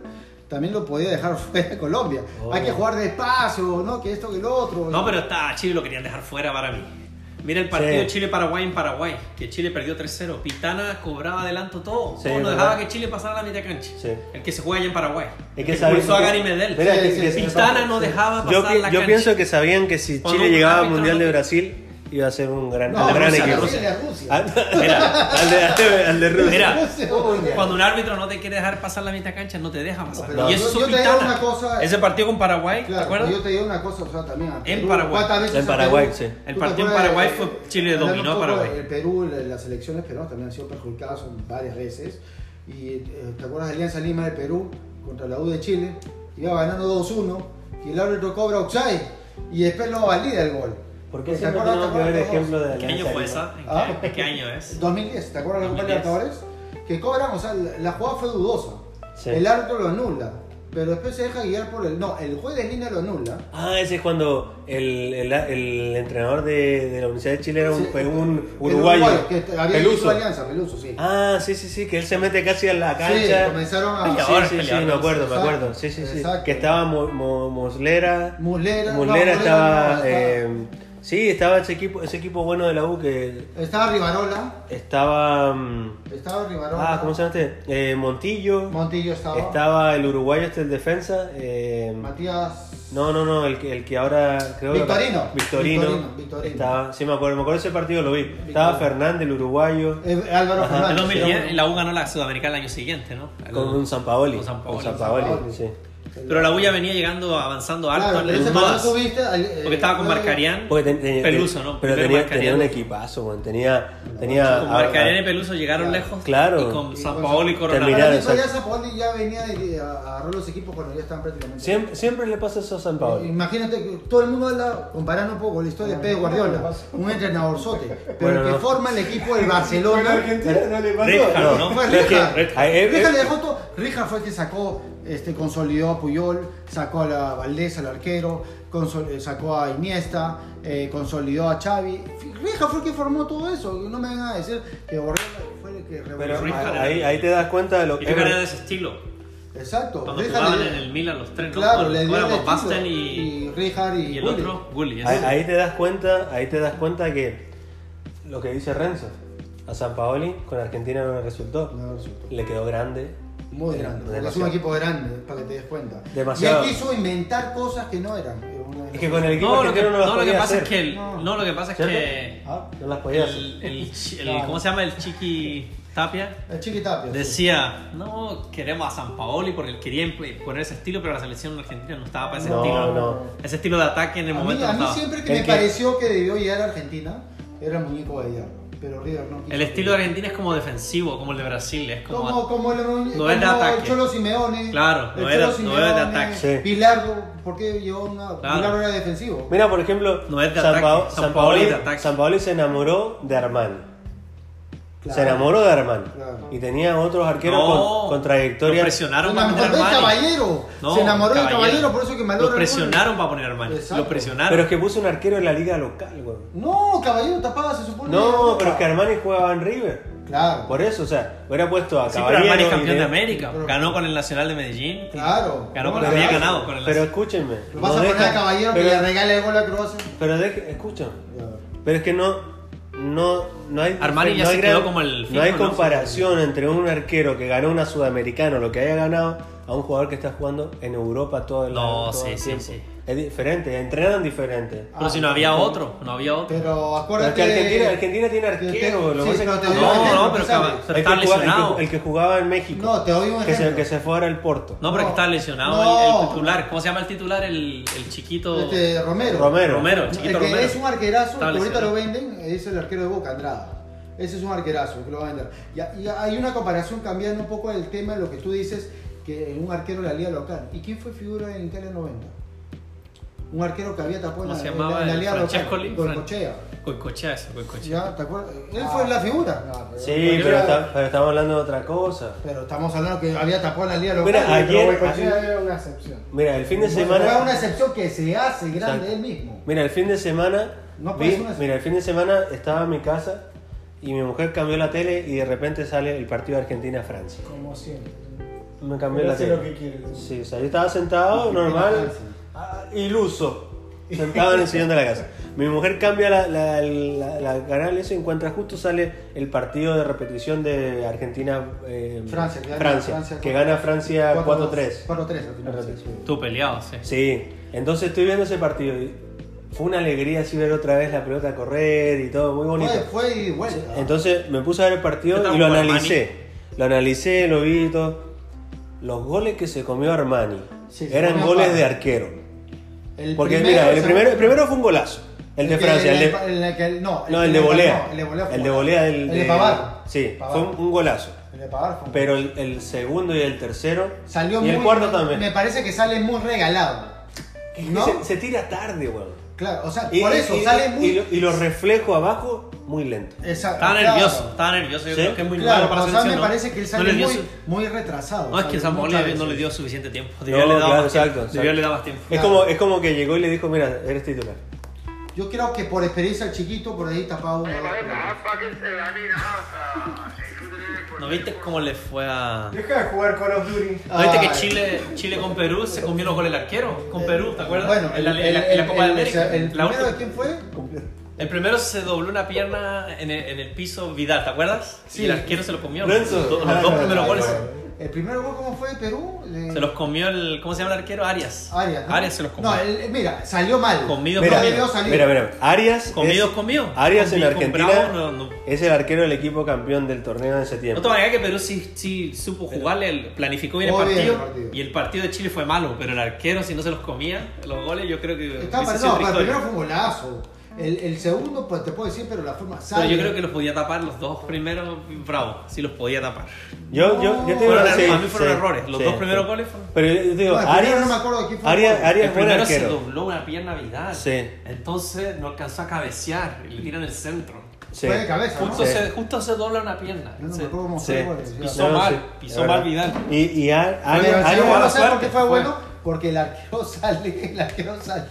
A: también lo podía dejar fuera de Colombia.
C: Oh.
A: Hay que jugar despacio, ¿no? Que esto, que el otro.
D: no, pero está, Chile lo querían dejar fuera para mí. Mira el partido
C: Sí.
D: Chile-Paraguay en Paraguay, que Chile perdió 3-0. Pitana cobraba adelanto todo.
C: Sí,
D: no, no
C: verdad.
D: dejaba que Chile pasara la mitad cancha.
C: Sí.
D: El que se juega allá en Paraguay.
C: Es
D: El
C: que
D: que
C: sabía-
D: expulsó a Gary Medel.
C: Mira,
A: Sí,
C: que-
A: sí,
C: que-
A: sí, sí.
D: Pitana no dejaba pasar
C: Yo, pi-
D: la cancha.
C: yo pienso que sabían que si
D: Cuando
C: Chile
D: un
C: llegaba al
D: árbitro
C: Mundial
D: no-
C: de Brasil, iba a ser un gran,
A: No,
C: un gran
A: Rusia,
C: equipo.
A: Rusia, Rusia.
C: Ah, mira, al de, al de- al de Rusia.
D: Mira,
A: Rusia.
D: Cuando un árbitro no te quiere dejar pasar la mitad cancha, no te deja pasar.
A: No, pero
D: y eso
A: yo-
D: hizo
A: yo te digo
D: Pitana.
A: una cosa-
D: Ese partido con Paraguay, ¿te
A: Claro,
D: acuerdas?
A: yo te digo una cosa, o sea, también. a
D: En
A: Perú,
D: Paraguay.
A: ¿cuántas veces
C: En
A: a
C: Paraguay,
A: Perú?
C: sí. El
A: ¿Tú te
D: partido en
A: acuerdas
D: Paraguay
A: de-
D: fue- Chile
A: hablando
D: dominó
A: un poco
D: a Paraguay.
A: de Perú, la- las elecciones peruanas también han sido perjudicadas varias veces. Y eh, te acuerdas de Alianza Lima de Perú contra la U de Chile, iba ganando 2-1 y el árbitro cobra offside y después no valida el gol.
C: ¿Por
A: ¿Te
C: qué siempre
A: acuerdas,
C: tenemos que
A: te
C: ver
A: acuerdas de
C: ejemplo de
D: ¿Qué
C: Alianza
D: año fue
C: Lima?
D: esa? ¿En qué,
A: Ah.
D: en qué año es?
A: 2010, ¿te acuerdas de la Copa
D: 2010.
A: Libertadores? Que cobran, o sea, la la jugada fue dudosa.
C: Sí.
A: El árbitro lo anula, pero después se deja guiar por el. No, el juez de línea lo anula.
C: Ah, ese es cuando el, el- el entrenador de, de la Universidad de Chile era un,
A: Sí.
C: fue un
A: El
C: uruguayo.
A: que había hecho
C: Peluso.
A: alianza, Peluso, sí.
C: Ah, sí, sí, sí, que él se mete casi a la cancha.
A: Sí, comenzaron
C: Sí,
A: a.
D: Peleador,
C: sí, sí,
D: peleador.
C: me acuerdo, me
A: Exacto.
C: acuerdo. Sí, sí, sí.
A: Exacto.
C: Que estaba Mo- Mo- Muslera.
A: Muslera, no,
C: Muslera estaba.
A: Muslera no,
C: eh, sí, estaba ese equipo, ese equipo bueno de la U que
A: Estaba Rivarola.
C: estaba. mm,
A: Estaba Rivarola.
C: Ah, ¿cómo se llama este? Eh, Montillo.
A: Montillo estaba.
C: Estaba el uruguayo este, el defensa. eh,
A: Matías.
C: no, no, no, el, que- el que ahora creo que-
A: Victorino.
C: Victorino.
A: Victorino, Victorino.
C: Estaba, sí, me acuerdo, me acuerdo ese partido lo vi. Estaba Fernández, el uruguayo.
A: eh, Álvaro Fernández.
D: Ah, En 2010
A: sí.
D: la U ganó la Sudamericana el año siguiente, ¿no? El-
C: Con un Sampaoli.
D: Con Sampaoli.
C: Con Sampaoli,
A: Sampaoli.
C: sí.
D: Pero la U ya venía llegando, avanzando harto
A: Claro, pero
D: en
A: ese
D: todas.
A: partido tuviste, eh,
D: Porque estaba con
A: luego-
D: Marcarián,
C: Porque ten- ten-
D: Peluso,
C: ten-
D: ¿no?
C: Pero
D: Primero
C: tenía, tenía
D: Marcarián.
C: un equipazo, weón. Tenía. tenía
D: Con
C: a- a-
D: Marcarián y Peluso llegaron lejos.
C: Claro.
D: Y
A: Y
D: con San
A: con
D: Paolo y
A: San-
D: Coronado.
C: Terminaron.
A: Para mí,
C: exacto.
A: ya Sampaoli ya venía y a- agarró los equipos cuando ya estaban prácticamente.
C: Siempre, siempre le pasa eso a San
A: Eh,
C: Paolo.
A: Imagínate que todo el mundo habla, comparando un poco la
C: Ah,
A: historia de Pep Guardiola, un entrenadorzote, pero
C: Bueno,
A: el que
C: no.
A: forma el equipo del
B: Con
A: Barcelona
B: Argentina no le pasó.
D: Rijkaard,
C: No,
D: ¿no?
A: fue
C: pero es que-
A: Rijkaard.
C: Rijkaard, eh, eh,
A: Rijkaard le dejó todo. Rijkaard fue el que sacó, este, consolidó a Puyol, sacó a la Valdés, al arquero, consol- eh, sacó a Iniesta, eh, consolidó a Xavi. Rijkaard fue el que formó todo eso. No me vengan a decir que Guardiola fue el que
C: Pero
A: revolucionó.
D: Rijkaard.
C: ahí, ahí te das cuenta de lo
D: Y
C: que.
D: yo era de ese estilo.
A: Exacto.
D: Cuando
A: Rijkaard
D: jugaban
A: le-
D: en el Milan los tres, ¿no?
A: Claro,
D: Cuando
A: le dio
D: jugaban
A: el
D: con
A: estilo.
D: Basten y,
A: y Rijkaard y,
D: y el
A: Gullit.
D: otro, Gulli.
C: Ahí,
D: ese.
C: ahí te das cuenta, ahí te das cuenta que lo que dice Renzo, a San Paoli con Argentina no le resultó.
A: No resultó.
C: Le quedó grande.
A: Muy
C: Eh,
A: grande, porque es un
C: demasiado.
A: equipo grande, para que te des cuenta.
C: Demasiado.
A: Y él quiso inventar cosas que no eran. eh, una de
C: Es
A: las
C: que con el equipo
D: No, lo que,
C: argentino no, las
D: no, lo que
C: podía
D: pasa
C: hacer.
D: es que el-
A: No.
D: no, lo que pasa es
C: ¿Cierto? pues
D: que
A: Ah,
C: No las podía hacer.
D: el, el chi- el- ¿cómo se llama el chiqui Tapia?
A: El Chiqui Tapia, sí.
D: Decía, no queremos a San Paoli porque él quería imp- poner ese estilo, pero la selección argentina no estaba para ese
C: No,
D: estilo.
C: no.
D: Ese estilo de ataque en el
A: a mí,
D: momento
A: a
D: no
A: mí
D: estaba.
A: siempre que
C: El
A: me
C: que-
A: pareció que debió llegar a Argentina era el muñeco Gallardo, pero River no quiso.
D: El estilo de Argentina es como defensivo, como el de Brasil, es como.
A: como, como el, como
D: es de ataque.
A: el Cholo Simeone.
D: Claro,
A: el
D: no era-
A: Cholo
D: no era de
A: Simeone,
D: ataque.
C: Sí.
A: Pilardo, porque llevó una.
D: Claro.
A: Pilardo era defensivo.
C: Mira, por ejemplo,
D: No es de
C: San,
D: ataque,
C: Pao-
D: San
C: San
D: Paoli
C: Paoli,
D: de ataque.
C: San Paoli se enamoró de Armani.
A: Claro.
C: Se enamoró de Armán.
A: Claro.
C: Y tenía otros arqueros
D: No,
C: con, con trayectoria.
D: Lo presionaron
A: Se
D: para meter
A: enamoró del
D: Armani.
A: caballero.
D: No,
A: se enamoró del caballero, por eso que Maloro.
D: Lo presionaron para poner Armani.
A: Exacto.
D: Lo presionaron.
C: Pero es que puso un arquero en la liga local, weón.
A: No, caballero tapaba, se supone.
C: No, pero es que Armani jugaba en River.
A: Claro,
C: Por eso, o sea, hubiera puesto a
D: sí, pero
C: Caballero
D: Armani es
C: y
D: campeón
C: le-
D: de América.
A: Pero-
D: Ganó con el Nacional de Medellín.
A: claro.
D: Ganó con
A: No,
D: la había
A: claro.
D: ganado con el
C: Pero escúchenme.
A: Lo vas
C: no
A: a poner
C: deja-
A: a caballero
C: pero,
A: que le regale el gol a Croacia.
C: Pero deje- escúchame. Pero es que no. No, no hay,
D: Armani
C: no
D: ya
C: hay
D: se quedó como el fijo,
C: no hay
D: ¿no?
C: comparación entre un arquero que ganó una sudamericana, lo que haya ganado, a un jugador que está jugando en Europa todo el,
D: No,
C: todo
D: sí,
C: el
D: sí,
C: tiempo.
D: sí.
C: Es diferente, entrenan diferente.
D: Pero si no había otro, no había otro.
A: Ah, Pero
C: Pero es
A: acuérdate.
C: que Argentina, Argentina tiene
A: que te-
C: arquero, lo
A: sí,
C: que pasa
A: pero
C: es
A: te
C: que
A: doy
D: no,
A: un
D: no,
A: ejemplo,
D: pero
A: ¿sabes?
D: cab-
C: el que
D: Está
C: jugaba- el que-
D: lesionado.
C: el que jugaba en México,
A: No, te doy un
C: que, se,
A: ejemplo.
C: que se fuera al Porto.
D: No, pero es que
A: No.
D: está lesionado
A: No.
D: el, el titular. ¿Cómo se llama el titular? El, el chiquito.
A: Este, Romero.
C: Romero.
D: Romero, el
A: El
D: chiquito
A: que
D: Romero.
A: es un arquerazo, que
D: Está
A: ahorita
D: lesionado.
A: lo venden, es el arquero de Boca, Andrada. Ese es un arquerazo que lo va a vender. Y, a- y hay una comparación cambiando un poco el tema de lo que tú dices, que un arquero de la liga local. ¿Y quién fue figura en Italia 90? Un arquero que había tapado en
D: ¿Cómo
A: la,
D: se
A: en la-
D: llamaba
A: en la
D: el
A: liga
D: Francesco
A: local.
D: Lin-
A: Con
D: Fran-
A: Cochea.
D: Goicochea, eso, Goicochea.
A: ¿Ya? ¿Te acuerdas? Él fue la figura.
C: Ah. Sí,
D: Yo
C: pero,
D: creo-
C: está- pero estamos hablando de otra cosa.
A: Pero estamos hablando que había tapado en la liga local.
C: Mira,
A: pero
C: ayer-
A: Goicoechea-
B: Así era una excepción.
C: Mira, el fin de
A: Bueno,
C: semana.
A: Fue una excepción que se hace grande
C: Exacto.
A: él mismo.
C: Mira, el fin de semana.
A: No
C: vi-
A: puedes una-
C: mira, el fin de semana estaba en mi casa y mi mujer cambió la tele y de repente sale el partido de Argentina-Francia.
B: Como siempre.
C: Me cambió la
B: Hace
C: tele.
B: lo que quiere, ¿no?
C: Sí, o sea, yo estaba sentado normal, ah, iluso, sentado en el sillón de la casa. Mi mujer cambia la, la- la- la canal eso y encuentra justo sale el partido de repetición de Argentina eh,
A: Francia, que gana
C: Francia,
A: Francia
C: que gana Francia 4-3.
A: 4-3 al final.
C: Correcto.
A: sí, sí.
D: Tú peleado, sí.
C: Sí, entonces estoy viendo ese partido y fue una alegría así ver otra vez la pelota correr y todo, muy bonito.
A: Fue, fue y vuelta.
C: Entonces me puse a ver el
D: Yo
C: partido y
D: estaba
C: lo
D: con Armani.
C: analicé. Lo analicé, lo vi y todo. Los goles que se comió Armani
A: Sí, se
C: eran
A: comió
C: goles
A: Armani.
C: de arquero.
A: El
C: Porque
A: primero,
C: mira, el
A: segundo-
C: primero, el primero fue un golazo. El de
A: que-
C: Francia. El de,
A: el- el que- no,
C: no, el de
A: que-
C: volea.
A: no,
C: El de volea.
A: fue
C: El de
A: un-
C: volea
A: El
C: del,
A: de
C: de-
A: Pavar.
C: Sí,
A: Pavar.
C: fue un, un golazo.
A: El de Pavar fue un-
C: Pero el, el segundo y el tercero.
A: salió
C: y el
A: muy-
C: cuarto también.
A: Me parece que sale muy regalado. ¿No?
C: Se, se tira tarde, weón.
A: Claro, o sea,
C: Y-
A: por eso
C: y-
A: sale
C: y-
A: muy.
C: Y, lo- y los reflejos abajo, muy lento.
A: Exacto,
D: Estaba
A: claro.
D: nervioso, estaba nervioso. Yo
C: Sí.
D: creo que es muy
A: Claro,
D: malo para la
A: o sea, me
D: selección, ¿no?
A: parece que él
D: No
A: sale
D: le dio
A: muy,
D: su-
A: muy retrasado.
D: No, es que
A: Samuel
D: Samuel no le dio suficiente tiempo. Debió
C: No,
D: haberle dado
C: claro,
D: más tiempo.
C: exacto,
D: Debió
C: exacto.
D: haberle dado más tiempo.
C: Es, como, es como que llegó y le dijo, mira, eres titular.
A: Yo creo que por experiencia el chiquito, por ahí tapaba uno.
D: ¿No viste cómo le fue a.?
B: Deja de jugar Call of Duty.
D: ¿No viste
A: Ay.
D: que
A: Eh,
D: Chile, Chile con Perú se comió los goles del arquero? Con Perú, ¿te acuerdas?
A: Bueno,
D: en la, en la- en la Copa de América.
A: El,
D: La
A: primero de
D: última.
A: quién fue?
D: El primero se dobló una pierna en el, en el piso Vidal, ¿te acuerdas?
A: Sí.
D: Y el arquero se lo comió.
C: Lorenzo.
D: Los dos-
C: Ah,
D: los dos
C: no,
D: primeros
C: no,
D: goles.
C: no,
A: El primer gol, ¿cómo fue? Perú. De-
D: Se los comió el. ¿Cómo se llama el arquero? Arias.
A: Arias. ¿no?
D: Arias se los comió.
A: No, el- mira, salió mal.
D: Comido,
A: No
C: Mira,
A: debió
D: comido.
A: salir.
C: mira, mira. Arias.
D: Comido,
C: es-
D: comido.
C: Arias en
D: Comido,
C: Argentina
D: bravo, no, no.
C: es el arquero del equipo campeón del torneo de
D: No
C: septiembre.
D: te vayas que Perú sí, sí supo jugarle, el- planificó bien el
A: Jugó
D: partido,
A: bien el partido.
D: Y el partido de Chile fue malo, pero el arquero, si no se los comía, los goles, yo creo que.
A: Estaba
D: hubiese
A: mal,
D: sido
A: no,
D: otra
A: pero el primero fue
D: historia.
A: un golazo. El, el segundo, pues te puedo decir, pero la forma
D: Pero
A: sale.
D: yo creo que los podía tapar los dos primeros, bravo, sí los podía tapar.
C: Yo, yo, yo te digo,
D: Fueron
C: sí,
D: errores, a mí fueron
C: sí,
D: errores. Los
C: sí,
D: dos
C: sí.
D: primeros goles fueron.
C: Pero yo te digo,
A: No, el primero
C: Arias.
A: no me acuerdo de quién fue.
C: Arias, Arias
D: el
C: fue el
D: primero se
C: arquero.
D: dobló una pierna Vidal.
C: Sí.
D: Entonces no alcanzó a cabecear y le tiran el centro.
C: Sí.
A: Fue de cabeza, ¿no?
D: Justo,
C: Sí.
D: se, justo se dobla una pierna.
A: Yo no
D: Sí.
A: me acuerdo cómo
C: Sí.
A: fue. el gol,
D: Pisó
A: ya.
C: No,
D: mal,
C: sí,
D: pisó
C: es
D: mal
C: verdad.
D: Vidal.
C: Y, y Ar- Arias,
A: Pero el
C: Arias
A: segundo,
C: mala
A: ¿sabes por
C: suerte.
A: qué fue
D: fue.
A: bueno? Porque el arquero sale, el arquero sale.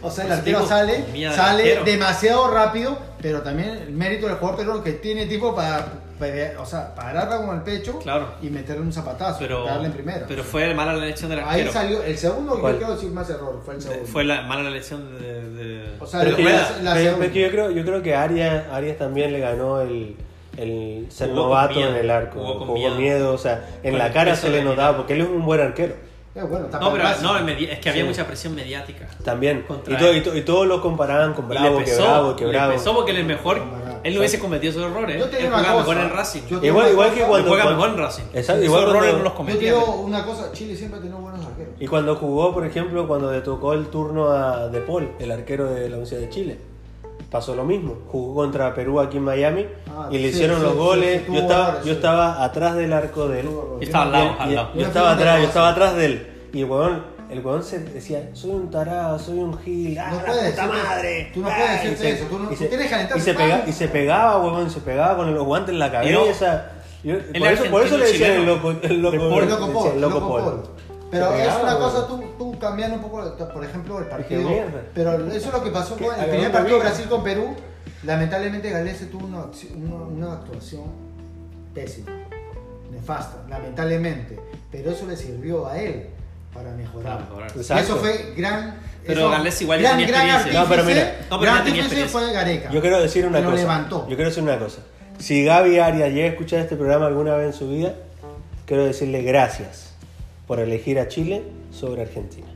A: O sea, el
D: Ese
A: arquero
D: tipo
A: sale,
D: comía de
A: sale
D: Pues arquero.
A: demasiado rápido, pero también el mérito del jugador peruano que tiene tipo para, para- o sea, pararla con el pecho
D: Claro.
A: y meterle un zapatazo,
D: Pero,
A: darle en primera.
D: pero fue mala la elección del
A: Ahí
D: arquero. Eh,
A: salió, el segundo
C: ¿Cuál?
A: yo quiero decir más error, fue el segundo.
D: Fue la mala la elección de, de-
A: O sea,
D: de
C: Pero que-
D: Rueda.
A: la
C: pero-
A: segunda.
C: pero que yo creo, yo creo que Arias, Arias también le ganó el, el ser
D: Jugó con
C: novato
D: miedo,
C: en el arco.
D: jugó con
C: miedo.
D: miedo.
C: o sea, en
D: Con
C: la
D: el
C: cara
D: peso
C: se le
D: de-
C: notaba porque él es un buen arquero
A: Eh, bueno, tapa
D: No, pero
A: el brazo.
D: no, el medi- es que había
C: Sí.
D: mucha presión mediática.
C: también.
D: Contra
C: Y, todo-
D: él.
C: y, to- y todos lo comparaban con
D: Y
C: Bravo,
D: le
C: que
D: pesó,
C: Bravo, que
D: le
C: Bravo.
D: pesó porque él es mejor. Él no hubiese cometido esos errores.
A: Yo te
D: él
A: digo una
D: jugaba
A: cosa.
D: mejor en Racing.
A: Yo te digo
C: Igual,
A: una
C: igual
A: cosa.
C: que cuando.
D: juega
C: cuando-
D: mejor en Racing.
C: Exacto,
D: Esos
C: igual cuando-
D: errores no los
A: Yo te
D: cometía.
A: digo una cosa, Chile siempre ha tenido buenos arqueros.
C: Y cuando jugó, por ejemplo, cuando le tocó el turno a De Paul, el arquero de la Universidad de Chile. Pasó lo mismo. Jugó contra Perú aquí en Miami
A: Ah,
C: y le
A: sí,
C: hicieron
A: sí,
C: los
A: sí,
C: goles.
A: sí, tuvo
C: yo, estaba,
A: errores,
C: yo
A: sí.
C: estaba atrás del arco de él.
A: Tuvo errores.
D: Yo estaba al lado, al
C: Y-
D: lado.
C: Yo estaba atrás, yo estaba atrás de él. Y el huevón el weón se decía, soy un tarado, soy un gil, ah,
A: No
C: la
A: puedes
C: puta
A: decirte-
C: madre.
A: tú no
C: ah",
A: puedes
C: y
A: decirte
C: se-
A: eso, tú no-
C: y
A: tú
C: se-
A: tienes que calentar
C: y se,
A: tu
C: pega-
A: pan.
C: y se pegaba, weón, se pegaba con los guantes en la cabeza. Yo- por, eso, por eso
D: argentino
C: le decían el
D: chileno.
C: loco, el loco,
D: El
A: El loco
C: decía,
A: Paul.
C: el loco
A: Loco
C: Paul.
A: Paul. Pero
C: Se
A: es
C: pegaba,
A: una
C: weón.
A: cosa, tú, tú cambiando un poco, por ejemplo, el partido.
C: mierda.
A: Pero eso es lo que pasó
B: Que
A: con el
B: agarró
A: primer
B: un
A: partido
B: avión.
A: Brasil con Perú. Lamentablemente Galese tuvo una, acci- una- una actuación pésima, nefasta, lamentablemente. Pero eso le sirvió a él para mejorar.
D: Para mejorar.
A: Y
C: Exacto.
A: Eso fue gran.
D: Pero
A: eso-
D: Galese igual ya
A: gran,
D: tenía
A: gran
D: experiencia.
C: No, pero
A: artífice-
C: mira.
D: No, pero
A: gran
D: ya tenía
A: artífice
D: experiencia.
A: fue Gareca.
C: Yo quiero decir una
A: Lo
C: cosa.
A: levantó.
C: Yo quiero decir una cosa. Si Gaby Arias llega a escuchar este programa alguna vez en su vida, quiero decirle gracias por elegir a Chile sobre Argentina.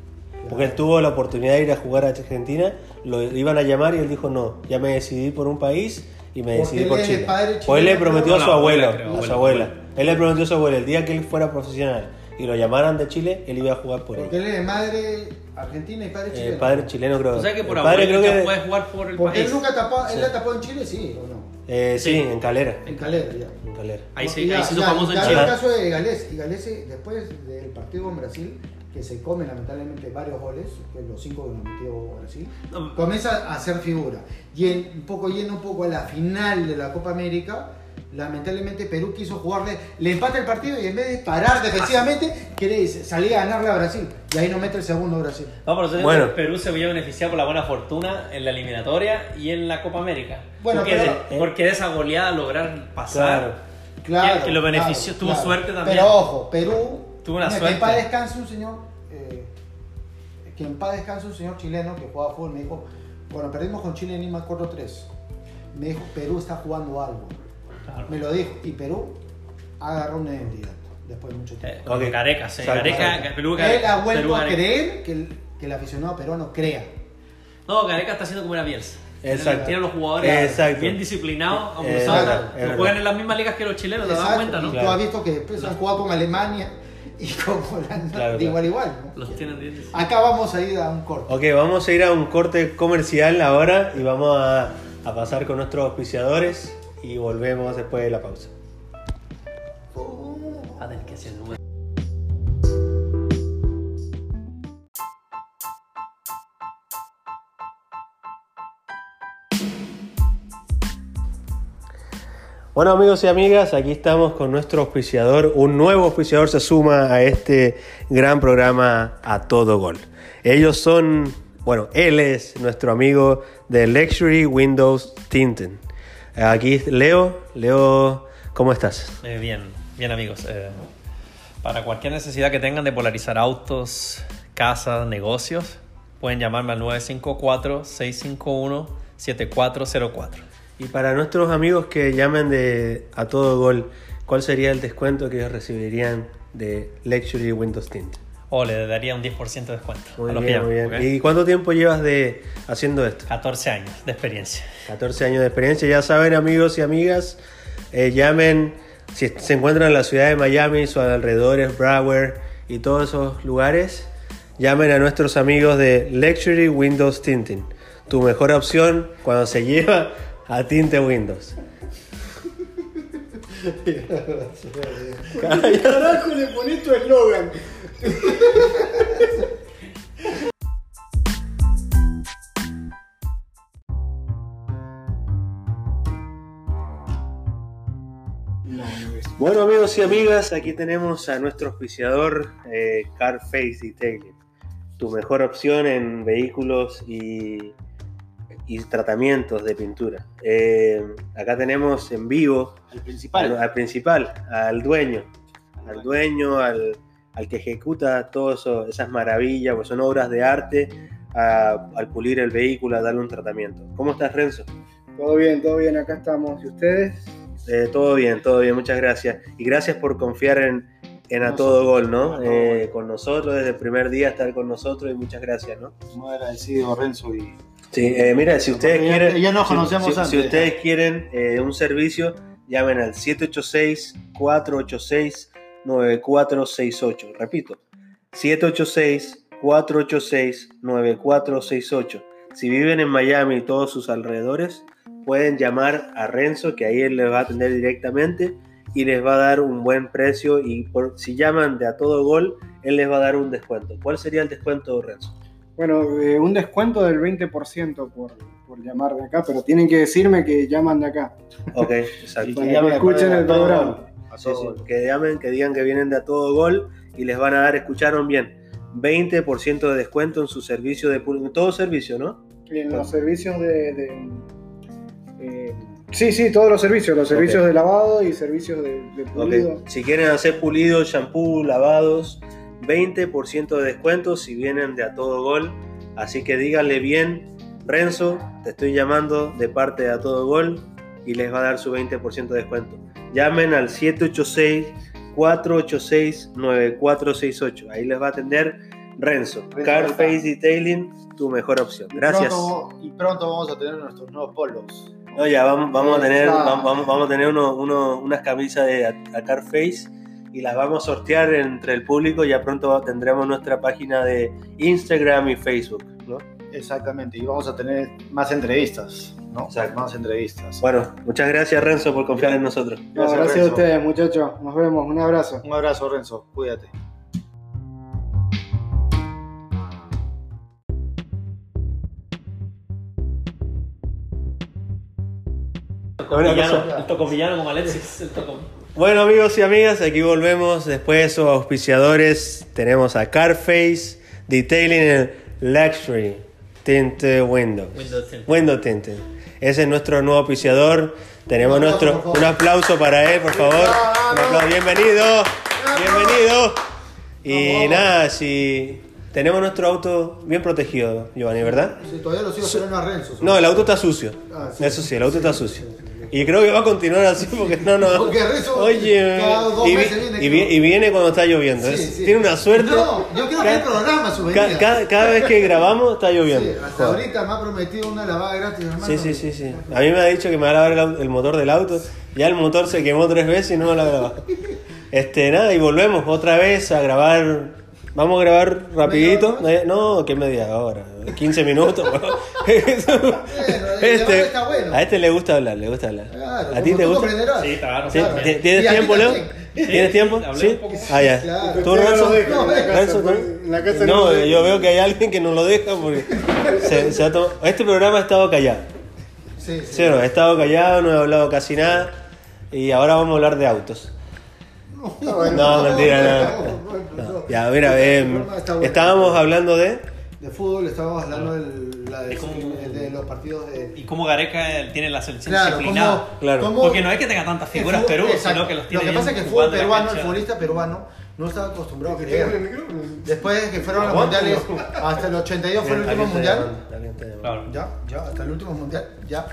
C: Porque él tuvo la oportunidad de ir a jugar a Argentina, lo iban a llamar y él dijo, no, ya me decidí por un país y me
A: Porque
C: decidí
A: él
C: por
A: es
C: Chile.
A: padre
C: o él le
A: chileno,
C: prometió
A: creo.
C: a su
D: La abuela,
C: abuelo,
D: creo,
C: a su
D: abuela.
C: abuela. Él le prometió a su abuela, el día que él fuera profesional y lo llamaran de Chile, él iba a jugar por él.
A: Porque él es de madre argentina y padre chileno.
C: El Eh, padre chileno creo.
D: O sea que por
C: el padre
D: abuelo
C: creo
D: ya
C: que-
D: puedes jugar por el
A: Porque
D: país.
A: él nunca tapó,
C: Sí.
A: él la tapó en Chile, sí, o no.
C: Eh, sí,
D: Sí.
C: en Calera.
A: En Calera, ya.
C: En Calera.
D: Ahí se,
A: Y ya-
D: ahí se hizo
A: ya-
D: famoso en
A: ya
D: Chile.
A: El caso de Gales, y Galese, después del partido con Brasil, que se come lamentablemente varios goles, que los cinco que nos metió Brasil,
D: No.
A: comienza a hacer figura. Y en- un poco yendo un poco a la final de la Copa América, lamentablemente Perú quiso jugarle, le empata el partido y en vez de parar defensivamente,
D: Ah.
A: quiere salir a ganarle a Brasil. Y ahí no mete el segundo Brasil.
D: No, pero entonces
C: Bueno.
D: Perú se vio beneficiado por la buena fortuna en la eliminatoria y en la Copa América.
A: Bueno,
D: porque,
A: pero-
D: de, porque de esa goleada lograr
C: Claro.
D: pasar.
A: Claro.
D: Que- que lo benefició, tuvo suerte también.
A: Pero ojo, Perú.
D: Tuvo una
A: mira, Que
D: suerte.
A: en paz descanse un señor. eh, que en paz descanse un señor chileno que jugaba fútbol. Me dijo, bueno, perdimos con Chile en Lima 4-3. Me dijo, Perú está jugando algo.
D: Claro.
A: Me lo dijo. Y Perú agarró una identidad después de mucho tiempo.
D: Eh, con
C: Ok.
D: Careca, sí.
C: Salta,
D: Careca,
C: salta.
D: Perú, Careca.
A: Él ha vuelto
D: Perú,
A: a
D: Careca.
A: creer que el, que el aficionado peruano crea.
D: No, Gareca está haciendo como una Bielsa.
C: Exacto.
D: Tiene a los jugadores
C: Exacto.
D: bien disciplinados,
A: Exacto.
D: abusados.
A: Es
D: Que
C: verdad.
D: juegan en las mismas ligas que los chilenos, te das
A: Exacto.
D: cuenta, ¿no?
A: Y
C: Claro.
A: Tú has visto que después han jugado con Alemania y con Holanda
C: Claro,
A: de
C: claro.
A: igual a igual. ¿no?
D: Los tienen bien.
A: Acá vamos a ir a un corte.
C: Ok, vamos a ir a un corte comercial ahora y vamos a, a pasar con nuestros auspiciadores y volvemos después de la pausa.
D: Va a tener que hacer un-
C: Bueno amigos y amigas, aquí estamos con nuestro auspiciador. Un nuevo auspiciador se suma a este gran programa A Todo Gol. Ellos son, bueno, él es nuestro amigo de Luxury Windows Tinten. Aquí es Leo, Leo, ¿cómo estás?
D: Eh, bien, bien amigos. Eh, para cualquier necesidad que tengan de polarizar autos, casas, negocios, pueden llamarme al 954-651-7404.
C: Y para nuestros amigos que llamen de a todo gol, ¿cuál sería el descuento que ellos recibirían de Luxury Windows Tint?
D: O le daría un 10% de descuento. a
C: Muy
D: los que
C: bien, muy
D: llamen,
C: bien.
D: ¿ok?
C: ¿Y cuánto tiempo llevas de haciendo esto?
D: 14 años de experiencia.
C: 14 años de experiencia, ya saben amigos y amigas, eh, llamen, si se encuentran en la ciudad de Miami, sus alrededores, Broward y todos esos lugares, llamen a nuestros amigos de Luxury Windows Tinting, tu mejor opción cuando se lleva a Tinte Windows.
B: Carajo, le pones tu eslogan.
C: Bueno amigos y amigas, aquí tenemos a nuestro auspiciador eh, Carface Detailing, tu mejor opción en vehículos y, y tratamientos de pintura. Eh, acá tenemos en vivo
E: al
C: al,
E: principal.
C: al principal, al dueño, al dueño, al, al que ejecuta todas esas maravillas, pues son obras de arte, a- al pulir el vehículo, a darle un tratamiento. ¿Cómo estás Renzo?
B: Todo bien, todo bien, acá estamos. ¿Y ustedes?
C: Eh, todo bien, todo bien, muchas gracias. Y gracias por confiar en, en A
E: Nosotros,
C: Todo Gol, ¿no?
E: A Todo
C: Eh,
E: Gol.
C: con nosotros, desde el primer día estar con nosotros y muchas gracias, ¿no?
E: Muy agradecido, Renzo. Y...
C: Sí, eh, mira, si ustedes
E: Porque ya-
C: quieren...
E: ya nos
C: si-
E: conocemos
C: si,
E: antes.
C: si ustedes quieren eh, un servicio, llamen al 786-486-9468. Repito, 786-486-9468. Si viven en Miami y todos sus alrededores, pueden llamar a Renzo, que ahí él les va a atender directamente. y les va a dar un buen precio y por, si llaman de a todo gol, él les va a dar un descuento. ¿Cuál sería el descuento, Renzo?
B: Bueno, eh, un descuento del 20% por, por llamar de acá, pero tienen que decirme que llaman de acá.
C: Ok, exacto.
B: Para que me escuchen el
A: A todo
B: programa.
A: gol.
C: Sí, sí, que llamen, que digan que vienen de a todo gol y les van a dar, escucharon bien, 20% de descuento en su servicio de pul- en todo servicio, ¿no?
B: Y en los servicios de. de- eh, sí, sí, todos los servicios. Los servicios de lavado y servicios de, de
C: Ok.
B: pulido.
C: Si quieren hacer pulidos, shampoo, lavados, 20% de descuento si vienen de a todo gol. Así que díganle bien, Renzo, te estoy llamando de parte de a todo gol y les va a dar su 20% de descuento. Llamen al 786-486-9468. Ahí les va a atender Renzo.
A: Renzo
C: Carface
A: Alba.
C: Detailing, tu mejor opción. Gracias.
A: Pronto- y pronto vamos a tener nuestros nuevos polos.
C: No, ya vamos, vamos a tener,
A: Está.
C: vamos, vamos- vamos a tener uno- uno- unas camisas de At- Atar Face y las vamos a sortear entre el público. Ya pronto tendremos nuestra página de Instagram y Facebook. ¿no?
A: Exactamente, y vamos a tener más entrevistas, ¿no?
C: Exacto.
A: Más entrevistas.
C: Bueno, muchas gracias Renzo por confiar en nosotros.
B: No, gracias a
A: Renzo.
B: ustedes, muchachos. Nos vemos. Un abrazo.
A: Un abrazo, Renzo. Cuídate.
D: Tocopillano, el tocopillano con Alexis. El toco-
C: Bueno amigos y amigas, aquí volvemos después de esos auspiciadores. Tenemos a Carface Detailing and Luxury Tint Windows.
D: Window tint.
C: Window Tint. Ese es nuestro nuevo auspiciador. Tenemos
A: Un aplauso,
C: nuestro
A: por favor.
C: un aplauso para él, por favor. Un aplauso. Bienvenido. Bienvenido. Y
A: Vamos, vamos.
C: nada, si tenemos nuestro auto bien protegido, Giovanni, ¿verdad?
A: Sí, todavía lo sigo esperando a Renzo.
C: No, el auto está sucio.
A: Ah, sí.
C: Eso sí, el auto está sucio. Y creo que va a continuar así porque no, no.
A: Porque Renzo
C: Oye,
A: cada dos
C: y, vi-
A: meses viene
C: y vi- y viene cuando está lloviendo.
A: Sí,
C: es-
A: sí.
C: Tiene una suerte.
A: No, yo creo que el programa su
C: Ca-
A: venida.
C: cada, cada vez que grabamos está lloviendo.
A: Sí, hasta ahorita me ha prometido una lavada gratis, hermano.
C: Sí, sí, sí, sí. A mí me ha dicho que me va a lavar el, au- el motor del auto. Ya el motor se quemó tres veces y no me lo ha grabado. Este, nada, y volvemos otra vez a grabar. Vamos a grabar rapidito. No, que media hora. 15 minutos. weón. este,
A: está bueno.
C: a este le gusta hablar, le gusta hablar.
A: Claro,
C: ¿A ti
A: como
C: te
A: tú
C: gusta?
A: comprenderás.
D: Sí, claro.
C: Sí,
A: Claro.
C: ¿ti-
A: Y
C: ¿Tienes
A: a ti
C: tiempo, Leo?
A: también.
C: ¿Tienes tiempo?
D: hablé
C: Sí.
D: un poco.
C: Ah, ya.
A: Claro.
C: ¿Tú, Renzo?
A: No, en la
C: Renzo, ¿tú? No, yo veo que hay alguien que no lo deja porque se, se ha tomado- Este programa ha estado callado.
A: Sí, sí.
C: Sí, no, he estado callado, no he hablado casi nada y ahora vamos a hablar de autos.
A: Ah,
C: No, mentira, no. No, Ya, mira, eh, estábamos hablando de...
A: De fútbol estábamos hablando del- la de,
D: Es como-
A: de los partidos de...
D: Y cómo Gareca tiene la selección
A: Claro,
D: disciplinada.
A: cómo-
C: Claro.
A: cómo-
D: Porque no es que tenga tantas figuras
A: el fútbol-
D: Perú,
A: exacto.
D: sino que los tiene
A: Lo que
D: bien
A: pasa es que el fútbol
D: jugando en la
A: peruano, el
D: cancha.
A: futbolista peruano, no estaba acostumbrado a creer. Después de que fueron los mundiales, hasta el 82 fue el último mundial.
D: Claro.
A: Ya, ya, hasta el último mundial, ya,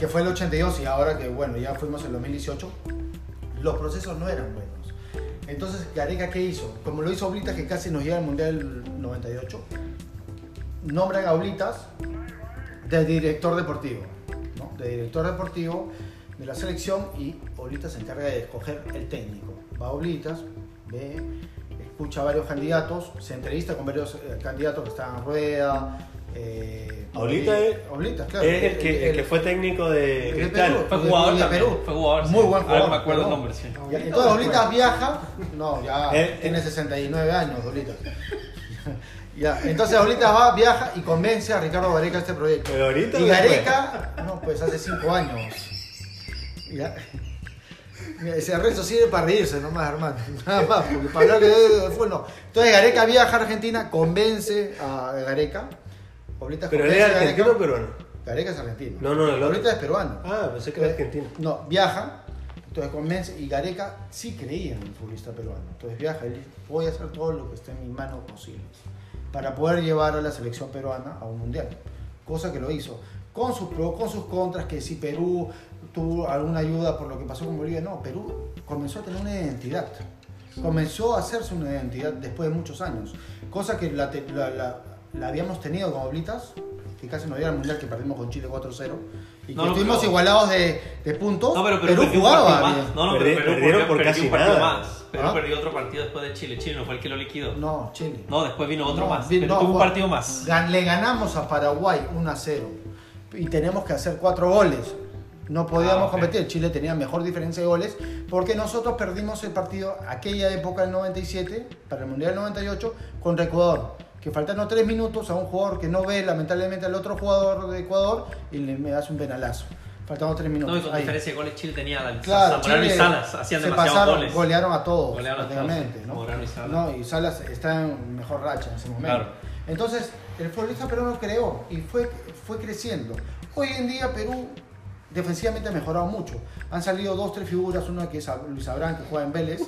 A: que fue el 82 y ahora que, bueno, ya fuimos en 2018, los procesos no eran buenos. Entonces, Gareca, ¿qué hizo? Como lo hizo Oblitas, que casi nos llega al mundial 98, nombran a Oblitas de director deportivo, ¿no? De director deportivo de la selección y Oblitas se encarga de escoger el técnico. Va Oblitas, ve, escucha a varios candidatos, se entrevista con varios eh, candidatos que estaban en rueda. Eh,
C: Oblita
A: Oblita,
C: es-
A: claro.
C: fue técnico de
A: el de Perú.
D: Fue jugador
A: de
D: también,
A: Perú.
D: Fue jugador. sí.
A: Muy buen
D: Ahora
A: jugador.
D: me acuerdo el
A: Perú.
D: nombre, sí.
A: Ya, Entonces Oblitas viaja, no, ya
C: Eh,
A: tiene 69 años Oblitas. Ya, entonces Oblitas va, viaja y convence a Ricardo Gareca este proyecto.
C: Pero ahorita
A: y
C: o después.
A: Gareca, no, pues hace 5 años. Ya. Mira, Ese rezo sirve para reírse nomás, hermano. Nada más, porque para hablar que de de fútbol no. Entonces Gareca viaja a Argentina, convence a Gareca. Oblitas
C: Pero él
A: convence
C: era
A: a Gareca.
C: argentino o peruano.
A: Gareca es argentino.
C: No, no, el otro.
A: Oblitas es peruano.
C: Ah, pensé que era argentino.
A: No, viaja, entonces convence, y Gareca sí creía en el futbolista peruano. Entonces viaja, él dice, voy a hacer todo lo que esté en mis manos posibles para poder llevar a la selección peruana a un mundial. Cosa que lo hizo. Con sus pros, con sus contras, que si Perú tuvo alguna ayuda por lo que pasó con Bolivia, no, Perú comenzó a tener una identidad. Comenzó a hacerse una identidad después de muchos años. Cosa que la, te- la- la- la habíamos tenido con Oblitas, que casi nos dio al mundial que perdimos con Chile 4-0. Y
D: No,
A: que
D: no,
A: estuvimos
D: pero-
A: igualados de, de puntos.
D: No, pero Perú,
A: Oh, Perú,
D: perdió un
A: jugaba.
D: partido
A: bien.
D: más. No, no, pero
C: Perdi-
D: Perú
C: perdieron
D: perdió-
C: por
D: perdió
C: casi
D: un partido
C: nada.
D: más. Perú
A: ¿Ah?
D: perdió otro partido después de Chile. Chile no fue el que lo liquidó. No,
A: No, Chile.
D: después vino otro
A: No,
D: más.
A: vi-
D: Perú
A: no,
D: tuvo un
A: fue-
D: partido más.
A: gan- Le ganamos a Paraguay 1 a 0 y tenemos que hacer 4 goles. No podíamos
D: Ah, ok.
A: competir. Chile tenía mejor diferencia de goles porque nosotros perdimos el partido aquella época del 97 para el Mundial del 98 contra Ecuador. Que faltando tres minutos a un jugador que no ve lamentablemente al otro jugador de Ecuador y le me hace un penalazo. Faltando tres
D: No,
A: minutos.
D: y con
A: Ahí.
D: diferencia de goles Chile tenía la
A: Claro,
D: Zamorano y
A: Chile
D: Salas hacían
A: se
D: demasiados
A: pasaron,
D: goles.
A: golearon a todos,
D: Golearon a todos,
A: prácticamente, ¿no?
D: Zamorano y Salas.
A: No, y Salas está en mejor racha en ese momento.
D: Claro.
A: Entonces, el futbolista peruano creó y fue, fue creciendo. Hoy en día Perú defensivamente ha mejorado mucho. Han salido dos, tres figuras, una que es Ab- Luis Abrán, que juega en Vélez.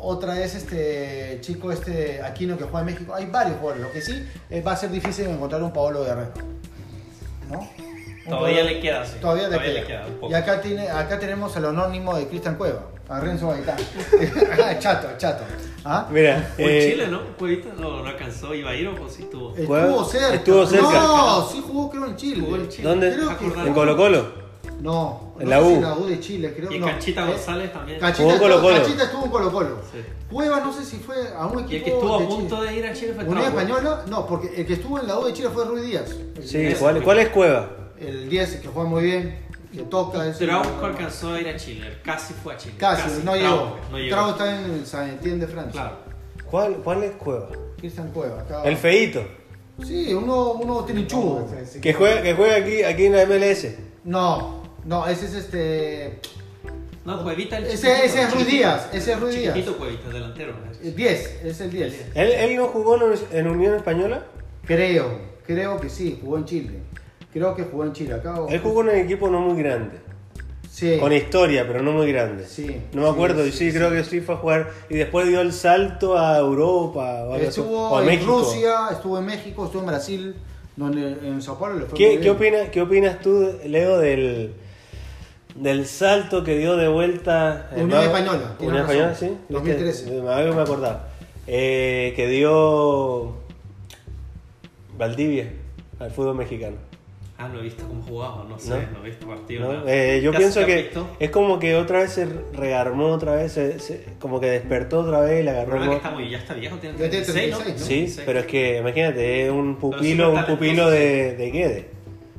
A: Otra es este chico este Aquino que juega en México. Hay varios jugadores. Lo que sí eh, va a ser difícil encontrar un Paolo Guerrero. ¿no? Un
D: Todavía
A: Paolo-
D: le queda, sí.
A: Todavía, le queda.
D: un poco.
A: y acá, tiene, acá tenemos el anónimo de Cristian Cueva, a Renzo Gaitán. Ah, chato, chato. ¿Ah?
C: Mira,
D: O en
C: eh,
D: Chile, ¿no? Cuevita no, no alcanzó. ¿Iba a ir o pues, sí estuvo?
A: Estuvo cerca.
C: Estuvo cerca.
A: No, sí jugó creo en Chile.
D: Jugó en Chile.
C: ¿dónde?
A: Creo que-
C: En Colo Colo.
A: No,
C: En
A: no
C: la
A: sé si
C: U.
A: la U de Chile, creo
D: Y
A: no.
D: Canchita
A: Eh,
D: González también.
A: Cachita
C: Jugó en
A: estuvo,
C: Colo-Colo.
A: Cachita estuvo en Colo Colo.
D: Sí.
A: Cueva no sé si fue a un equipo
D: Y el que estuvo a
A: de
D: punto
A: Chile.
D: de ir a Chile fue
A: Unión
D: Trauco.
A: Española, no, porque el que estuvo en la U de Chile fue Ruiz Díaz. El
C: Sí,
A: 10,
C: ¿cuál, cuál es Cueva?
A: El 10 que juega muy bien, que toca. es-
D: Trauco alcanzó a ir a Chile. Casi fue a Chile.
A: Casi, no llegó.
D: Trauco, No llegó.
A: Trago está en San Etienne de Francia.
D: Claro.
C: ¿Cuál, cuál es Cueva?
A: Cristian Cueva, acá.
C: El feito.
A: Sí, uno, uno tiene chubo.
C: Que juega, que juega aquí, aquí en la MLS.
A: No, no, ese es este.
D: No, Cuevita el
A: Ese, ese
D: chiquitito,
A: es Ruiz
D: chiquitito.
A: Díaz, ese es Ruiz Díaz. Eh,
D: Chiquitito Cuevita, delantero. ¿no?
A: El 10, es el 10.
C: ¿Él, él no jugó en- en Unión Española?
A: Creo, creo que sí, jugó en Chile. Creo que jugó en Chile. Acá,
C: Él jugó en un equipo no muy grande.
A: Sí.
C: Con historia, pero no muy grande.
A: Sí.
C: No me acuerdo,
A: Sí,
C: y sí, creo que sí fue a jugar. Y después dio el salto a Europa o algo así, o
A: Estuvo
C: a
A: en
C: México.
A: Rusia, estuvo en México, estuvo en Brasil, donde en Sao Paulo le fue muy
C: ¿Qué,
A: bien.
C: qué opinas, ¿Qué opinas tú, Leo, del, del salto que dio de vuelta
A: Unión
C: Mago-
A: Española, tienes
C: Unión Española,
A: razón.
C: sí.
A: 2013.
C: Me, me me acordaba. Eh, que dio Valdivia al fútbol mexicano.
D: Ah, no he visto cómo jugaba, no sé,
C: No.
D: no, he visto partido.
C: ¿no?
D: nada.
C: Eh, yo
D: Casi
C: pienso que
D: capito.
C: es como que otra vez se rearmó, otra vez, se- se- como que despertó otra vez y le
D: El
C: agarró.
D: problema
C: el
D: es que
C: mo-
D: está muy, ya está viejo, tiene
A: Ya tiene
D: 36, ¿no?
A: 36, ¿no?
C: Sí, pero es que imagínate, es un pupilo,
D: súper
C: un pupilo
D: talentoso.
C: de, de Guede,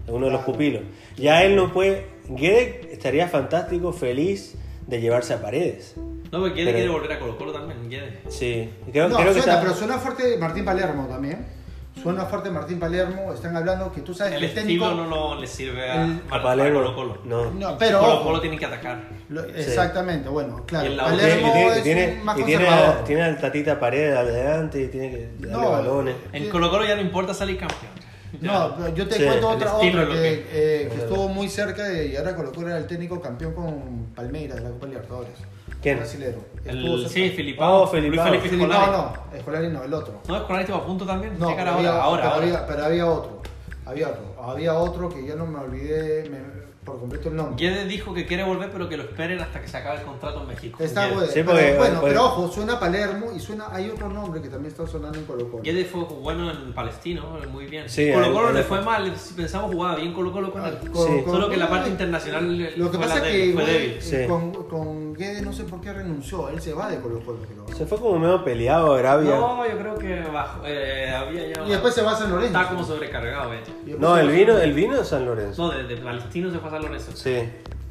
C: es uno de los
A: Claro.
C: pupilos. Ya él no puede, Guede estaría fantástico, feliz de llevarse a paredes.
D: No, porque Guede
C: Pero-
D: quiere volver a Colo Colo también, Guede.
C: Sí, creo,
A: no,
C: creo que
A: suena,
C: está...
A: pero suena fuerte Martín Palermo también. Suena fuerte Martín Palermo. Están hablando que tú sabes
D: El
A: que el técnico.
D: estilo no, no le sirve a,
A: El-
D: para-
C: a Palermo,
D: para Colo Colo.
C: no.
A: No, pero.
D: Colo
A: ojo,
D: Colo tienen que atacar.
A: lo-
C: Sí.
A: Exactamente, bueno, claro.
D: Y el
C: Y
D: Lautaro
A: Palermo
C: tiene-
A: es
C: y tiene,
A: un- más
C: y tiene,
A: conservador.
C: tiene al tatita paredes adelante y tiene que darle
A: No.
C: balones.
D: En
A: Sí.
D: Colo Colo ya no importa salir campeón. Ya.
A: No, pero yo te
C: Sí,
A: cuento
D: el
A: otra,
D: estilo
A: otra
D: es
A: que,
D: lo
A: eh, que estuvo muy cerca de llegar a Colo Colo, era el técnico campeón con Palmeiras de la Copa Libertadores.
C: ¿Quién?
A: Brasilero. Estuvo
D: El,
A: cerca.
D: sí, Filipao,
C: Oh, Filipao.
D: Luis Felipe
A: Felipe-
D: Scolari.
A: No, no, Escolari no, el otro.
D: No, Escolari estuvo a punto también.
A: No,
D: ¿Qué cara
A: pero había,
D: ahora, ahora,
A: pero,
D: ahora.
A: Había, pero había otro. Había otro. Había otro que ya no me olvidé me- por completo el nombre.
D: Guede dijo que quiere volver, pero que lo esperen hasta que se acabe el contrato en México.
A: Está
D: Guede.
A: bueno.
C: Sí,
A: pero,
C: porque- pues,
A: bueno,
C: porque-
A: pero ojo, suena Palermo y suena. Hay otro nombre que también está sonando en Colo Colo.
D: Guede fue bueno en Palestino, muy bien.
C: Sí,
D: Colo
C: él-
D: Colo
C: él-
D: le fue mal, si pensamos jugaba bien Colo Colo con él.
A: Con-
C: Sí.
A: con-
D: Solo que la parte internacional
A: Lo que
D: fue, la
A: pasa es que
D: débil, fue
A: igual,
D: débil.
C: Sí.
A: con, con Guede no sé por qué renunció. Él se va de Colo Colo. creo.
C: Se fue como medio peleado Arabia.
D: No, yo creo que bajo, eh, había ya...
A: Y después se va a San Lorenzo.
D: Está como sobrecargado, eh.
A: Y después
C: No,
A: se
C: el
A: va a-
C: vino, el vino de San Lorenzo.
D: No, desde Palestino se fue a San Lorenzo.
C: Sí.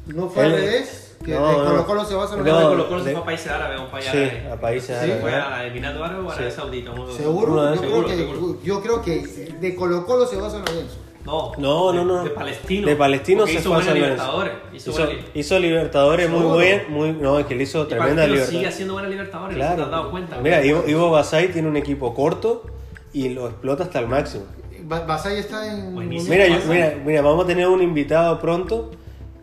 A: No fue al
C: Él-
A: revés. Que
C: No,
A: de
C: no.
A: Colo Colo se va a San
C: No,
A: Lorenzo.
D: No, Colo Colo se
C: de-
D: fue a países árabes, a un país
C: Sí,
D: árabe.
C: a países
A: Sí,
C: árabes. ¿eh?
D: Fue a Emirato Árabe o a Arabia
C: Sí.
D: Saudita. uno de los dos.
C: Uno
A: Seguro,
C: de
A: yo
D: seguro,
A: creo,
D: seguro.
A: que, yo creo que de Colo Colo se va a San Lorenzo.
D: No,
C: No,
D: de-
C: no, no.
D: De Palestino.
C: De Palestino
D: Porque
C: se
D: hizo
C: fue a
D: buena
C: San Lorenzo.
D: Libertadores. Hizo,
C: Hizo,
D: buena-
C: hizo Libertadores muy
A: Seguro.
C: bien. Muy, no, es que le hizo
D: y
C: tremenda
D: Palestino sigue
C: Libertadores.
D: haciendo buena Libertadores. no ¿Te has dado
C: Claro.
D: cuenta?
C: Mira, Ivo, Ivo Basay tiene un equipo corto y lo explota hasta el máximo.
A: Ba- Basay está en.
D: Buenísimo.
C: Mira, yo-
D: Basay.
C: mira, mira, vamos a tener un invitado pronto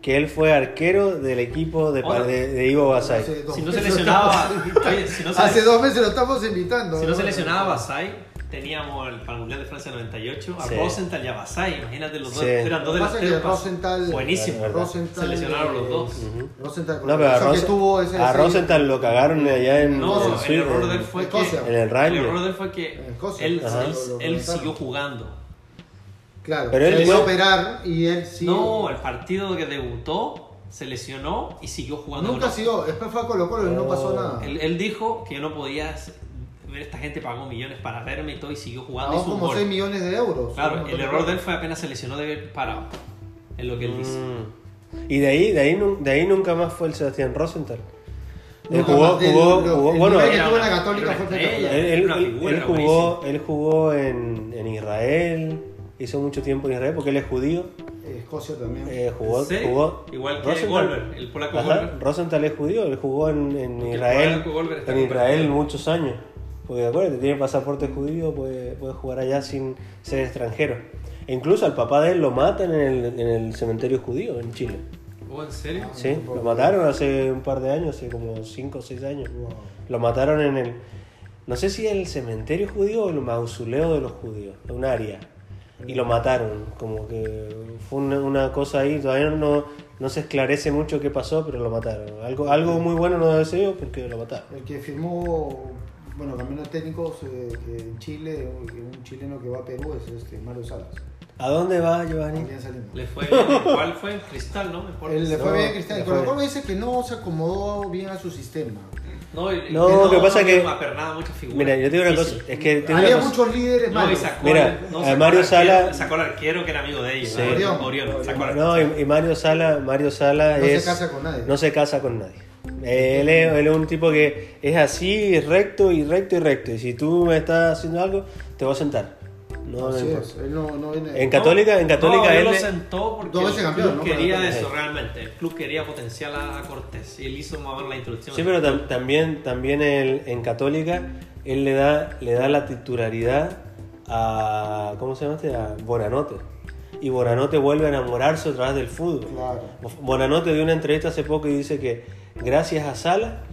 C: que él fue arquero del equipo de,
D: Hola.
C: de, de Ivo Basay.
A: Hace dos
D: Si no se
A: meses lo
D: lesionaba.
A: estamos-
D: oye, si no se,
A: Hace dos meses lo estamos invitando.
D: si no se
A: ¿no?
D: lesionaba a Basay, teníamos el, para el Mundial de Francia 98 a
C: Sí.
D: Rosenthal y a Basay. Imagínate los dos.
C: Sí.
D: Eran dos
A: Lo que pasa es que
D: delanteros.
A: Rosenthal.
D: Buenísimo.
C: Claro,
A: Rosenthal.
D: Se lesionaron los dos.
A: Ujú. Rosenthal.
C: No, pero a,
A: eso que
C: Rosen-
A: tuvo ese-
C: a
A: ese-
C: Rosenthal lo cagaron allá en,
D: No,
C: en
D: el
C: Suiza,
D: error de
C: en-
D: él fue
A: Escocia.
D: que
C: en el
D: el
C: Rangers.
D: error de él fue que
A: Escocia.
D: él,
A: Ajá. Lo-
D: él-
A: lo
D: él
A: comentaron.
D: siguió jugando.
A: Claro.
C: Pero
A: Pero
C: él
A: él
C: fue-
A: a operar y él sí.
D: No, el partido que debutó se lesionó y siguió jugando.
A: Nunca
D: con-
A: siguió. Después fue a Colo Colo y no pasó nada.
D: Él, él dijo que yo no podía ver esta gente pagó millones para verme y todo y siguió jugando y
A: Pagó
D: hizo un
A: como
D: gol.
A: 6 millones de euros.
D: Claro,
A: Como
D: el
A: Colo
D: error
A: Colo.
D: de él fue apenas se lesionó de haber parado. Es lo que él dice.
C: Mm. Y de ahí, de ahí, nu- de ahí nunca más fue el Sebastián Rosenthal. Él
A: Nunca
C: Eh, jugó,
A: más. El-
C: jugó,
A: lo-
C: jugó-
A: el
C: bueno,
A: nivel
C: eh, él,
A: que
D: era
A: tuvo la
D: una-
A: Católica
D: era
A: fue
D: una
A: espectacular.
D: estrella.
C: él-
D: Era una
C: él- él
D: figura,
C: jugó, él jugó en, en Israel, hizo mucho tiempo en Israel porque él es judío.
A: Escocia también.
C: Eh, jugó,
D: ¿En serio?
C: jugó-
D: Igual que
C: Rosenthal-
D: Goldberg, el polaco
C: Ajá,
D: Goldberg.
C: Rosenthal es judío, él jugó en, en
D: Porque el
C: Israel,
D: polaco Goldberg está
C: en Israel
D: recuperado.
C: muchos años. Porque de acuerdo, tiene pasaporte judío, puede, puede jugar allá sin ser extranjero. E incluso al papá de él lo matan en el, en el cementerio judío en Chile.
D: ¿Oh, en serio?
C: Sí, lo mataron hace un par de años, hace como 5 o 6 años.
A: Wow.
C: Lo mataron en el, no sé si el cementerio judío o el mausoleo de los judíos, un área. Y lo mataron, como que fue una, una cosa ahí, todavía no, no se esclarece mucho qué pasó, pero lo mataron. Algo, algo muy bueno no debe ser yo porque lo mataron.
A: El que firmó, bueno, camino técnicos eh, que en Chile, un- que un chileno que va a Perú es este, Mario Salas.
C: ¿A dónde va Giovanni?
A: También salimos.
D: Le fue bien. ¿Cuál fue? Cristal, ¿no? Me acuerdo.
A: Él le
C: No,
A: fue bien a Cristal.
C: le
A: Colo
C: fue
A: Colo dice que no se acomodó bien a su sistema.
D: No, el-
C: No,
D: el-
C: lo que pasa
D: no,
C: que-
D: no apernaba muchas figuras.
C: Mira, yo te digo una
D: Difícil.
C: cosa, es que tiene
A: Había
C: una cosa-
A: muchos líderes
D: No, y
A: malos.
D: sacó,
C: Mira,
D: al- no,
C: a
D: sacó al
C: Mario
D: arquero-
C: Sala-
D: Sacó al arquero que era amigo de ellos.
C: Sí.
D: ¿no?
A: Orión.
D: Orión. Sacó al
C: No, y, y Mario Sala, Mario Sala
A: No
C: es...
A: se casa con nadie.
C: No se casa con nadie. Él es, él es un tipo que es así, recto y recto y recto. Y si tú me estás haciendo algo, te voy a sentar. No, no
A: Así
C: importa.
A: es, él no, no viene.
C: En Católica, en Católica
D: no, él
C: él
D: lo
C: le-
D: sentó porque
A: Dos veces
D: el
A: campeón,
D: club
A: ¿no?
D: quería
A: Para-
D: eso realmente. El club quería potenciar a, a Cortés y él hizo más o menos la introducción.
C: Sí, pero tam- también, también él- en Católica, él le da, le da la titularidad a. ¿Cómo se llama este? A Boranote. Y Boranote vuelve a enamorarse otra vez del fútbol.
A: Claro.
C: Boranote dio una entrevista hace poco y dice que gracias a Sala,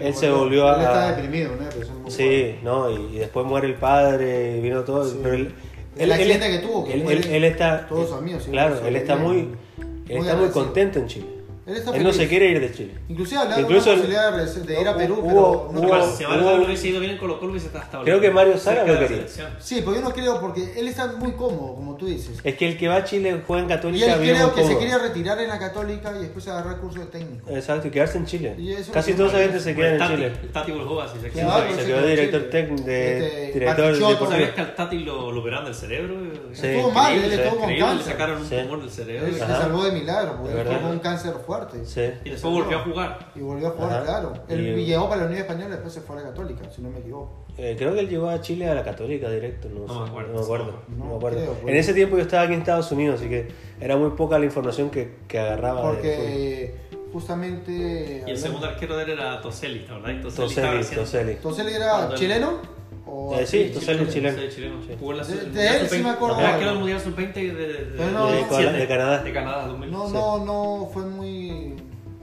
C: él se
A: Bueno,
C: volvió
A: Él
C: a.
A: está deprimido, una depresión muy fuerte.
C: Sí, no, y, y después muere el padre y vino todo.
A: Sí.
C: Pero él,
A: El accidente que tuvo, que
C: él,
A: muere
C: él- él está. eh,
A: todos sus amigos, sí,
C: Claro,
A: sí,
C: él está
A: bien.
C: muy.
A: Muy
C: Él está muy
A: agradecido.
C: contento en Chile.
A: Él está
C: Él no
A: feliz.
C: se quiere ir de Chile.
A: Inclusive hablaba
C: Incluso-
A: de una posibilidad de- de ir a Perú,
C: hubo-
A: pero no
C: hubo-
A: quiso.
D: Igual, si Mario
C: hubo-
D: Sala hubiese ido bien en Colo Colo hubiese estado hasta
C: Creo que Mario Sala
D: cerca
C: lo
D: de la
C: quería.
D: selección.
A: Sí, pero yo no creo, porque él está muy cómodo, como tú dices.
C: Es que el que va a Chile juega en
A: Y
C: Católica
A: él
C: bien
A: creo que
C: cómodo.
A: se quería retirar en la Católica y después agarrar curso de técnico.
C: Exacto, y quedarse en Chile.
A: Y eso
C: Casi
A: es
C: toda esa
A: muy-
C: gente se
D: Bueno,
C: queda
D: el
C: en
D: Tati,
C: Chile.
D: El Tati volvió así, se
A: Claro,
D: quedó.
C: se
A: sí,
C: quedó
A: en
C: director
A: Chile.
C: técnico de
A: Este,
C: director
A: Bartichotto.
D: ¿Vos
C: deportivo.
D: sabías que al Tati lo, lo operaron del cerebro?
C: Sí.
D: Increíble,
A: Estuvo mal, él
C: sí,
A: estuvo con
D: increíble, le
A: cáncer.
D: sacaron un
C: Sí.
D: tumor del cerebro.
A: Él se
C: Ajá.
A: salvó de milagro, porque
C: De verdad.
A: tuvo un cáncer fuerte.
C: Sí.
D: Y después volvió a jugar.
A: Y volvió a jugar,
C: Ajá.
A: claro. Él
C: Y-
A: llegó para la Unión Española y después se fue a la Católica, si no me equivoco.
C: Eh, creo que él llegó a Chile a la Católica directo, no,
D: No
C: sé,
D: me acuerdo.
C: No me acuerdo.
A: No,
C: no me acuerdo.
A: creo, pues. porque-
C: en ese tiempo yo estaba aquí en Estados Unidos, así que era muy poca la información que, que agarraba. de-
A: Porque justamente.
D: Y el segundo arquero de él era Toselli, ¿te acordás? Toselli estaba
C: Toseli,
D: recién-
C: Toseli.
A: Entonces él era
D: Cuando él-
A: chileno. ¿O
C: Eh, sí, Toseli es chileno.
D: Sí, chileno. Jugó en la
A: De-
D: sub-
A: de él sí
D: sub-
A: me acuerdo.
D: Era arquero del Mundial Sub-20 de, de,
A: Pero no,
D: de-
A: no.
D: siete.
C: De Canadá.
D: De Canadá, 2000.
A: No,
C: Sí.
A: no, no fue muy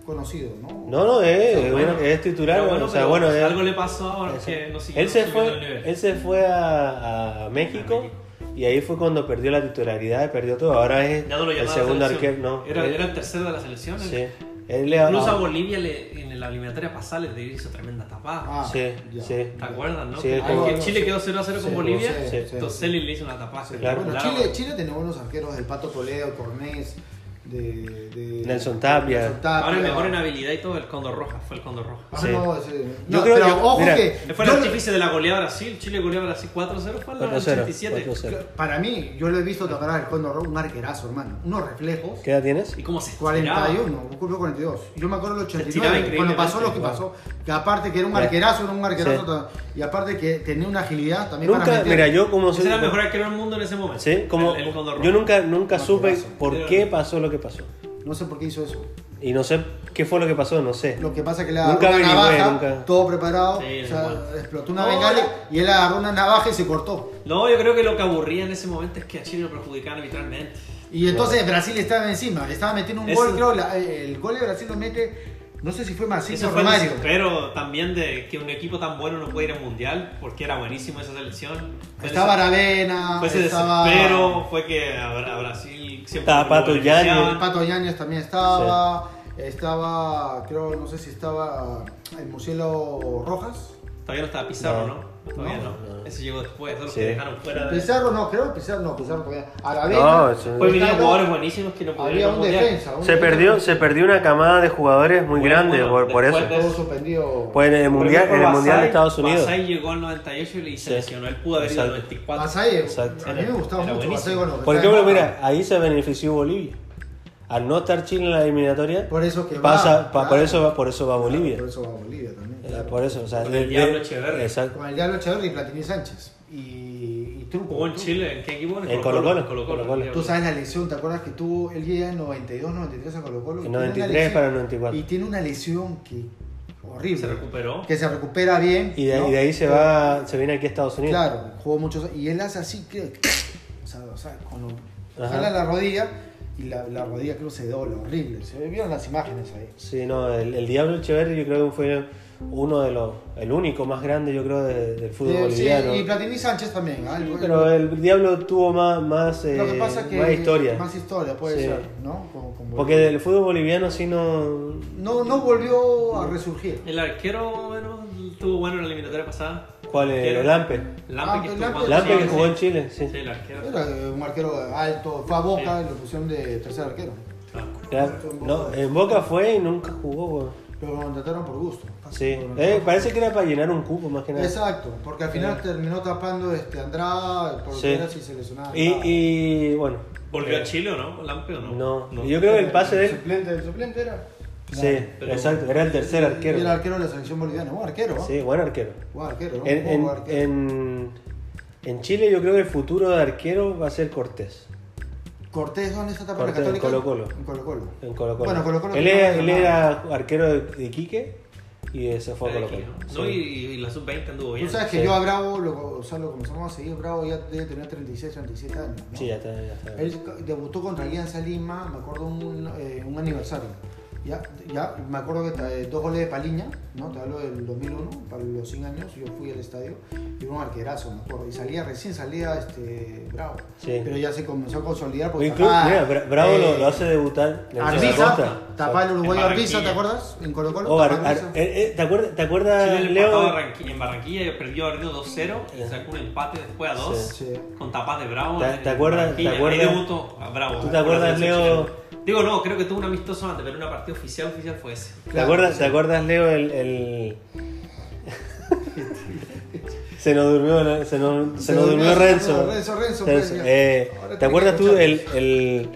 A: conocido, ¿no?
C: No, no, es,
D: Pero bueno,
C: es titular.
D: pero
C: o sea,
D: pero pues
C: bueno, es-
D: algo le pasó ahora
C: Eso.
D: que no siguió
C: él se
D: subiendo el
C: fue,
D: nivel.
C: él se fue a, a México,
D: A México.
C: y ahí fue cuando perdió la titularidad, perdió todo. Ahora es
D: Ya no lo
C: el
D: llamaba
C: segundo
D: la selección.
C: arquero, no.
D: Era,
C: él-
D: era el tercero de la selección.
C: sí. Él le-
D: Incluso a
C: ah,
D: Bolivia le, en la eliminatoria pasada les hizo tremenda tapada.
A: Ah,
C: sí,
A: ya.
C: sí.
D: ¿Te acuerdas, no?
C: Sí,
D: que,
A: como-
D: que Chile quedó 0 a 0
A: Sí,
D: con Bolivia.
A: sí, sí, sí.
D: entonces él le hizo una tapada.
A: Sí,
C: Claro.
A: Bueno,
D: espectacular.
A: Chile, Chile tenía buenos arqueros del Pato Toledo, Cornés, de, de-
C: Nelson Tapia.
A: Nelson
D: Ahora el mejor en habilidad y todo el Condor Roja. Fue el Condor Roja.
A: Ah,
C: Sí.
A: no, ese-
C: Yo
A: no,
C: creo
A: pero
C: que-
A: ojo
C: mira,
A: que
D: Él Fue el
A: yo lo-
D: artífice de la goleada a Brasil. Chile goleó a Brasil 4-0. Fue en la
C: 4-0,
D: 87.
C: 4-0.
A: para mí, yo lo he visto tocar al Condor Rock, un arquerazo, hermano. Unos reflejos.
C: ¿Qué edad tienes?
D: ¿Y cómo se estiraba?
A: 41, cumplió 42. Yo me acuerdo del
D: estiraba
A: 89, cuando
D: increíblemente,
A: pasó lo que
D: igual.
A: pasó. Que aparte que era un
C: Ya.
A: arquerazo, era un arquerazo.
C: Sí.
A: tan- Y aparte que tenía una agilidad también para
C: Nunca,
A: meter.
C: mira, yo como
D: Ese era el mejor arquero del mundo en ese momento.
C: Sí, como
D: El- el Condor Roja.
C: yo nunca nunca
A: Más
C: supe
A: pedazo.
C: por
D: Pero-
C: qué pasó lo que pasó.
A: No sé por qué hizo eso.
C: Y no sé qué fue lo que pasó, no sé.
A: Lo que pasa es que le agarró
C: Nunca
A: una
C: averigüé,
A: navaja,
C: nunca.
A: todo preparado.
D: Sí,
A: o sea,
D: igual.
A: explotó una
D: No,
A: bengala
D: la-
A: y él agarró una navaja y se cortó.
D: No, yo creo que lo que aburría en ese momento es que a Chile lo perjudicaban arbitralmente.
A: Y entonces Brasil estaba encima, le estaba metiendo un
D: Ese-
A: gol, creo, la- el gol de Brasil lo mete, no sé si fue Marcelo
D: Eso fue el
A: Romario.
D: desespero también de que un equipo tan bueno no puede ir al mundial, porque era buenísimo esa selección. Fue
A: Estaba
D: ese-
A: Aravena,
D: Fue ese
A: estaba
D: desespero, fue que a, Bra- a Brasil siempre.
C: Estaba
D: lo
C: Pato
D: beneficiaban.
C: Yáñez.
A: Pato Yáñez también estaba, estaba, creo, no sé si estaba el Muselo Rojas.
D: Todavía no estaba Pizarro,
C: No.
D: ¿no? Todavía
A: No,
D: no. Eso llegó después, eso es lo
C: Sí.
D: que dejaron fuera de.
A: Pizarro no, creo, Pizarro no, Pizarro todavía.
C: No,
A: Aravena,
C: ese-
D: Fue vinieron
A: Pizarro,
D: jugadores buenísimos que no pudieron. ir
A: había
D: al
A: un
D: Mundial.
A: defensa. un
C: Se
A: defensa.
C: perdió, se perdió una camada de jugadores muy
D: Bueno,
C: grande
D: bueno,
C: por, por eso.
D: después de-
A: Todo suspendido.
C: Pues en el
D: Por
C: mundial,
D: ejemplo,
C: en el mundial de
D: Basay-
C: Estados Unidos.
D: Basay llegó al 98 y se lesionó. Él pudo haber ido al
C: Exacto.
D: 94.
A: Basay,
C: Exacto.
A: a mí me gustaba
D: Era
A: mucho
D: buenísimo.
A: Basay con lo que
C: Por
A: trae
C: ejemplo,
A: Mata.
C: mira, ahí se benefició Bolivia. al no estar Chile en la eliminatoria,
A: Por eso que
C: pasa,
A: va.
C: pa-
A: claro.
C: por, eso, va- por eso va Bolivia.
A: Por eso va a Bolivia también.
C: Eh,
A: claro.
C: Por eso, o sea,
D: Con el Diablo Echeverri.
C: Exacto.
A: Con el Diablo Echeverri y Platini Sánchez. Y, y Truco.
D: Jugó en
A: Truco.
D: Chile, ¿en qué equipo?
C: En Eh, Colo-Colo. Colo-Colo.
A: Tú sabes la lesión, ¿te acuerdas que tuvo él llega en 92, 93 a Colo Colo?
C: En 93 para el 94.
A: Y tiene una lesión que horrible.
D: Se recuperó.
A: Que se recupera bien.
C: Y de,
A: ¿no?
C: y de ahí se
A: Pero-
C: va, se viene aquí a Estados Unidos.
A: Claro, jugó muchos y él hace así que o sea, o sea, con lo-
C: Ajá.
A: jala la rodilla y la, la rodilla creo se dobla, horrible. Se vieron las imágenes ahí.
C: Sí, no, el, el Diablo Echeverri yo creo que fue uno de los, el único más grande yo creo de- del fútbol
A: Eh, sí,
C: boliviano.
A: y Platini Sánchez también. ah, el-
C: Pero el Diablo tuvo más, más,
A: lo que
C: eh,
A: pasa que
C: más historia.
A: Más historia puede
C: Sí.
A: ser, ¿no? Con- con-
C: Porque del fútbol boliviano sí no...
A: no, no volvió a resurgir.
D: El arquero, bueno, estuvo bueno en la eliminatoria pasada.
C: ¿Cuál es?
D: Arquero.
C: El Lampe.
A: Ah,
D: Lampe que estuvo
A: Lampe.
D: jugando
C: Lampe que
D: sí,
C: jugó
D: sí.
C: en Chile, sí.
D: Sí, el arquero.
A: Era eh, un arquero alto, fue a Boca, lo pusieron de tercer arquero.
D: Claro.
C: Claro. No, en Boca fue y nunca jugó, güey.
A: Lo contrataron por gusto.
C: Sí. Eh, parece que era para llenar un cupo más que nada.
A: Exacto, porque al final terminó tapando este Andrada, por
C: Sí.
A: era si se lesionaba.
C: Y, y bueno. Eh,
D: ¿Volvió a Chile o no? ¿Lampe o no?
C: No. Yo creo que el pase de
A: del
C: él...
A: suplente, el suplente era.
C: Sí,
D: Pero-
C: exacto. Era el tercer arquero.
A: Era arquero de la selección boliviana, buen arquero. ¿no?
C: Sí, buen arquero.
A: Buen arquero, ¿no?
C: En,
A: Buen
C: en-
A: arquero.
C: en- en Chile yo creo que el futuro de arquero va a ser Cortés.
A: Cortés, ¿dónde está tapando la
C: Cortés, en
A: Católica?
C: Colo-Colo. Eh,
A: En Colo-Colo.
C: En Colo Colo.
A: Bueno, Colo-Colo
C: él,
A: no
C: era,
A: lo
C: él era arquero de, de Iquique y se fue a
D: Era de
C: Colo
D: aquí,
C: Colo.
D: ¿no? No, y, y la sub-20 anduvo bien.
A: Tú sabes que
C: Sí.
A: yo a Bravo, lo, o sea, lo comenzamos a seguir, Bravo ya debe tener 36, 37 años. ¿no?
C: Sí, ya está. ya está.
A: Él debutó contra Alianza Lima, me acuerdo un, eh, un aniversario. Ya, ya, me acuerdo que trae dos goles de Paliña, ¿no? Te hablo del 2001, para los 100 años, yo fui al estadio y era un arquerazo, me acuerdo. Y salía, recién salía este, Bravo.
C: Sí.
A: Pero ya se comenzó a consolidar porque.
C: Incluso,
A: tapaba,
C: mira, Bra- Bravo lo,
A: eh,
C: lo hace debutar. Nelson Acosta.
A: Arbiza, tapaba el uruguayo
D: En
A: Arbiza, ¿te
D: Barranquilla.
A: acuerdas? En Colo Colo.
C: O Ar- Ar- eh, eh, ¿Te acuerdas, te acuerdas,
D: Chile le empató a
C: Leo?
D: Barranquilla, en Barranquilla y perdió arriba 2-0 y sacó un empate después a 2
A: Sí, sí.
D: con tapas de Bravo.
C: ¿Te-
D: en
C: te acuerdas-
D: Barranquilla.
C: te acuerdas-
D: Ahí debutó a Bravo. eh,
C: ¿Tú te acuerdas, Leo?
D: Digo, no, creo que tuvo un amistoso antes, pero una partida oficial oficial fue ese.
C: ¿Te acuerdas, ¿Te acuerdas, Leo, el... el- se nos durmió, se nos, eh, se nos durmió Renzo.
A: Renzo, Renzo, pues,
C: Renzo,
A: ya.
C: eh,
A: Ahora
C: ¿Te
A: tenía
C: acuerdas tú
A: mucha-
C: el, el-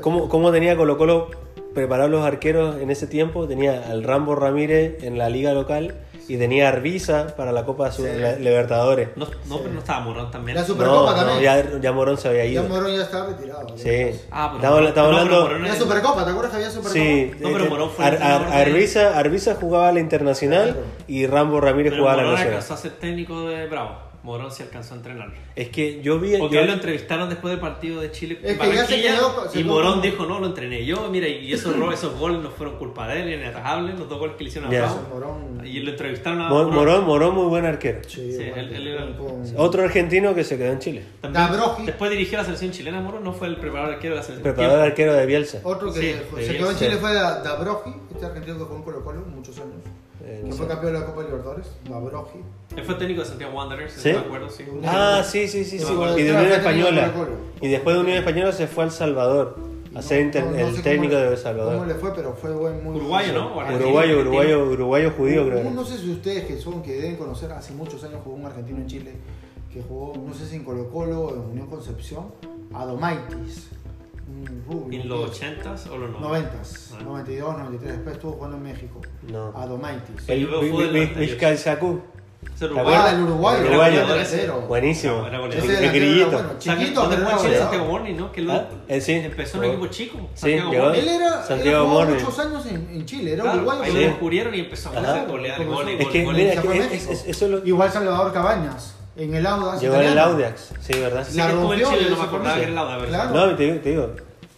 C: cómo, cómo tenía Colo Colo preparados los arqueros en ese tiempo? Tenía al Rambo Ramírez en la liga local y tenía a Arbiza para la Copa Sud- la- Libertadores.
D: No, no, pero no estaba Morón también.
A: La Super-
C: No,
A: Supercopa
C: no,
A: también.
C: ya, ya Morón se había
A: Ya
C: ido.
A: Morón ya estaba retirado. ya.
C: sí.
D: Ah,
C: estamos
D: pero
C: estamos
D: Morón- no, pero
C: hablando...
D: Morón
A: La Supercopa, ¿te acuerdas que había Supercopa?
C: Sí,
D: No, pero
C: eh,
D: Morón fue
C: Ar-
D: el
C: Ar-
D: entrenador de-
C: Arbiza, Arbiza jugaba a la internacional
A: Claro.
C: y Rambo Ramírez
D: pero
C: jugaba a la
D: Morón
C: nacional.
D: alcanzó a ser técnico de Bravo. Morón se alcanzó a entrenar.
C: Es que yo vi.
D: Porque
C: yo-
D: a él lo entrevistaron después del partido de Chile
A: Es
D: en
A: que ya se
D: Barranquilla
A: quedó- se
D: y
A: quedó
D: Morón
A: con-
D: dijo, no, lo entrené yo, mira, y esos, ro- esos goles no fueron culpa de él, inatajables, los dos goles que le hicieron a
C: Ya.
D: Bravo.
A: Morón.
D: Y lo entrevistaron a
C: Mo- Morón, Morón, muy buen arquero.
A: Sí,
D: Sí,
A: bueno,
D: él- él era el-
A: con-
C: Otro argentino que se quedó en Chile.
D: También.
A: Dabrowski.
D: Después dirigió la selección chilena, Morón no fue el preparador arquero de la selección.
C: Preparador arquero de Bielsa.
A: Otro que
D: Sí,
A: fue-
D: de
A: se quedó en
D: Bielsa.
A: Chile fue Da- Dabrowski, este argentino que jugó en Colo Colo muchos años.
C: Eh,
A: que
C: no
A: fue
C: sé.
A: campeón de la Copa Libertadores, Dabrowski.
D: Él fue técnico de Santiago Wanderers,
C: ¿Sí?
D: si no me acuerdo, sí.
C: Ah, sí, sí, sí. sí.
D: Sí, bueno,
C: Y de
A: era
C: Unión
A: argentino de
C: Española.
A: Colo-Colo.
C: Y después de Unión Española se fue al Salvador a ser inter-
A: No- no sé
C: el
A: cómo
C: técnico
A: le-
C: de El
A: ¿Cómo
C: Salvador.
A: le fue? Pero fue buen, muy
D: Uruguayo, ¿no? O argentino,
C: Uruguayo,
D: argentino.
C: uruguayo, uruguayo judío, creo.
A: No
C: era.
A: sé si ustedes que son, que deben conocer, hace muchos años jugó un argentino en Chile que jugó, no sé si en Colo Colo o en Unión Concepción, Adomaitis. Un rubio.
D: ¿En los 80s o los 90s?
A: 90s,
D: Ah.
A: 92, 93, después estuvo jugando en México.
C: No.
A: Adomaitis.
D: Sí,
C: El
D: yo veo
C: Mi- Mi-
D: fútbol del
C: Mi-
D: 98.
C: Michel Sacú.
D: ¿Es el
C: ¿Te acuerdas?
A: Ah, el uruguayo,
C: El uruguayo.
A: el delantero.
C: Buenísimo.
D: Ah,
A: Ese
D: era goleador.
C: El- el
A: delantero era
C: grillito.
A: bueno, chiquito,
D: Santiago-
A: pero era
D: después Chile,
A: goleador.
D: Santiago Morning, ¿no? Que lo-
C: Ah, eh, sí.
D: empezó en un equipo chico.
C: Sí,
D: Santiago
C: llegó-
D: Morning.
A: Él era,
C: Santiago
A: él jugó
C: Morning.
A: muchos años en, en Chile, era
D: Claro,
A: uruguayo.
D: ahí
A: pero-
D: lo descubrieron y empezó a
C: Ajá.
D: hacer golear,
A: Como
D: goles,
A: son-
C: Es
D: goles,
C: que,
D: goles.
C: mira, es
A: se fue
C: que
A: a
C: es-
A: México.
C: es- eso es lo-
A: Igual Salvador Cabañas, en el Audax.
C: Llegó en el
A: Ah, italiano.
C: Audax, sí, ¿verdad?
D: Sí, que estuvo en
A: rompió,
D: Chile,
A: se
D: no me
A: fue
D: acordaba
A: con
D: que era la
A: ese.
D: Audax,
A: Claro.
C: No, te digo, te digo,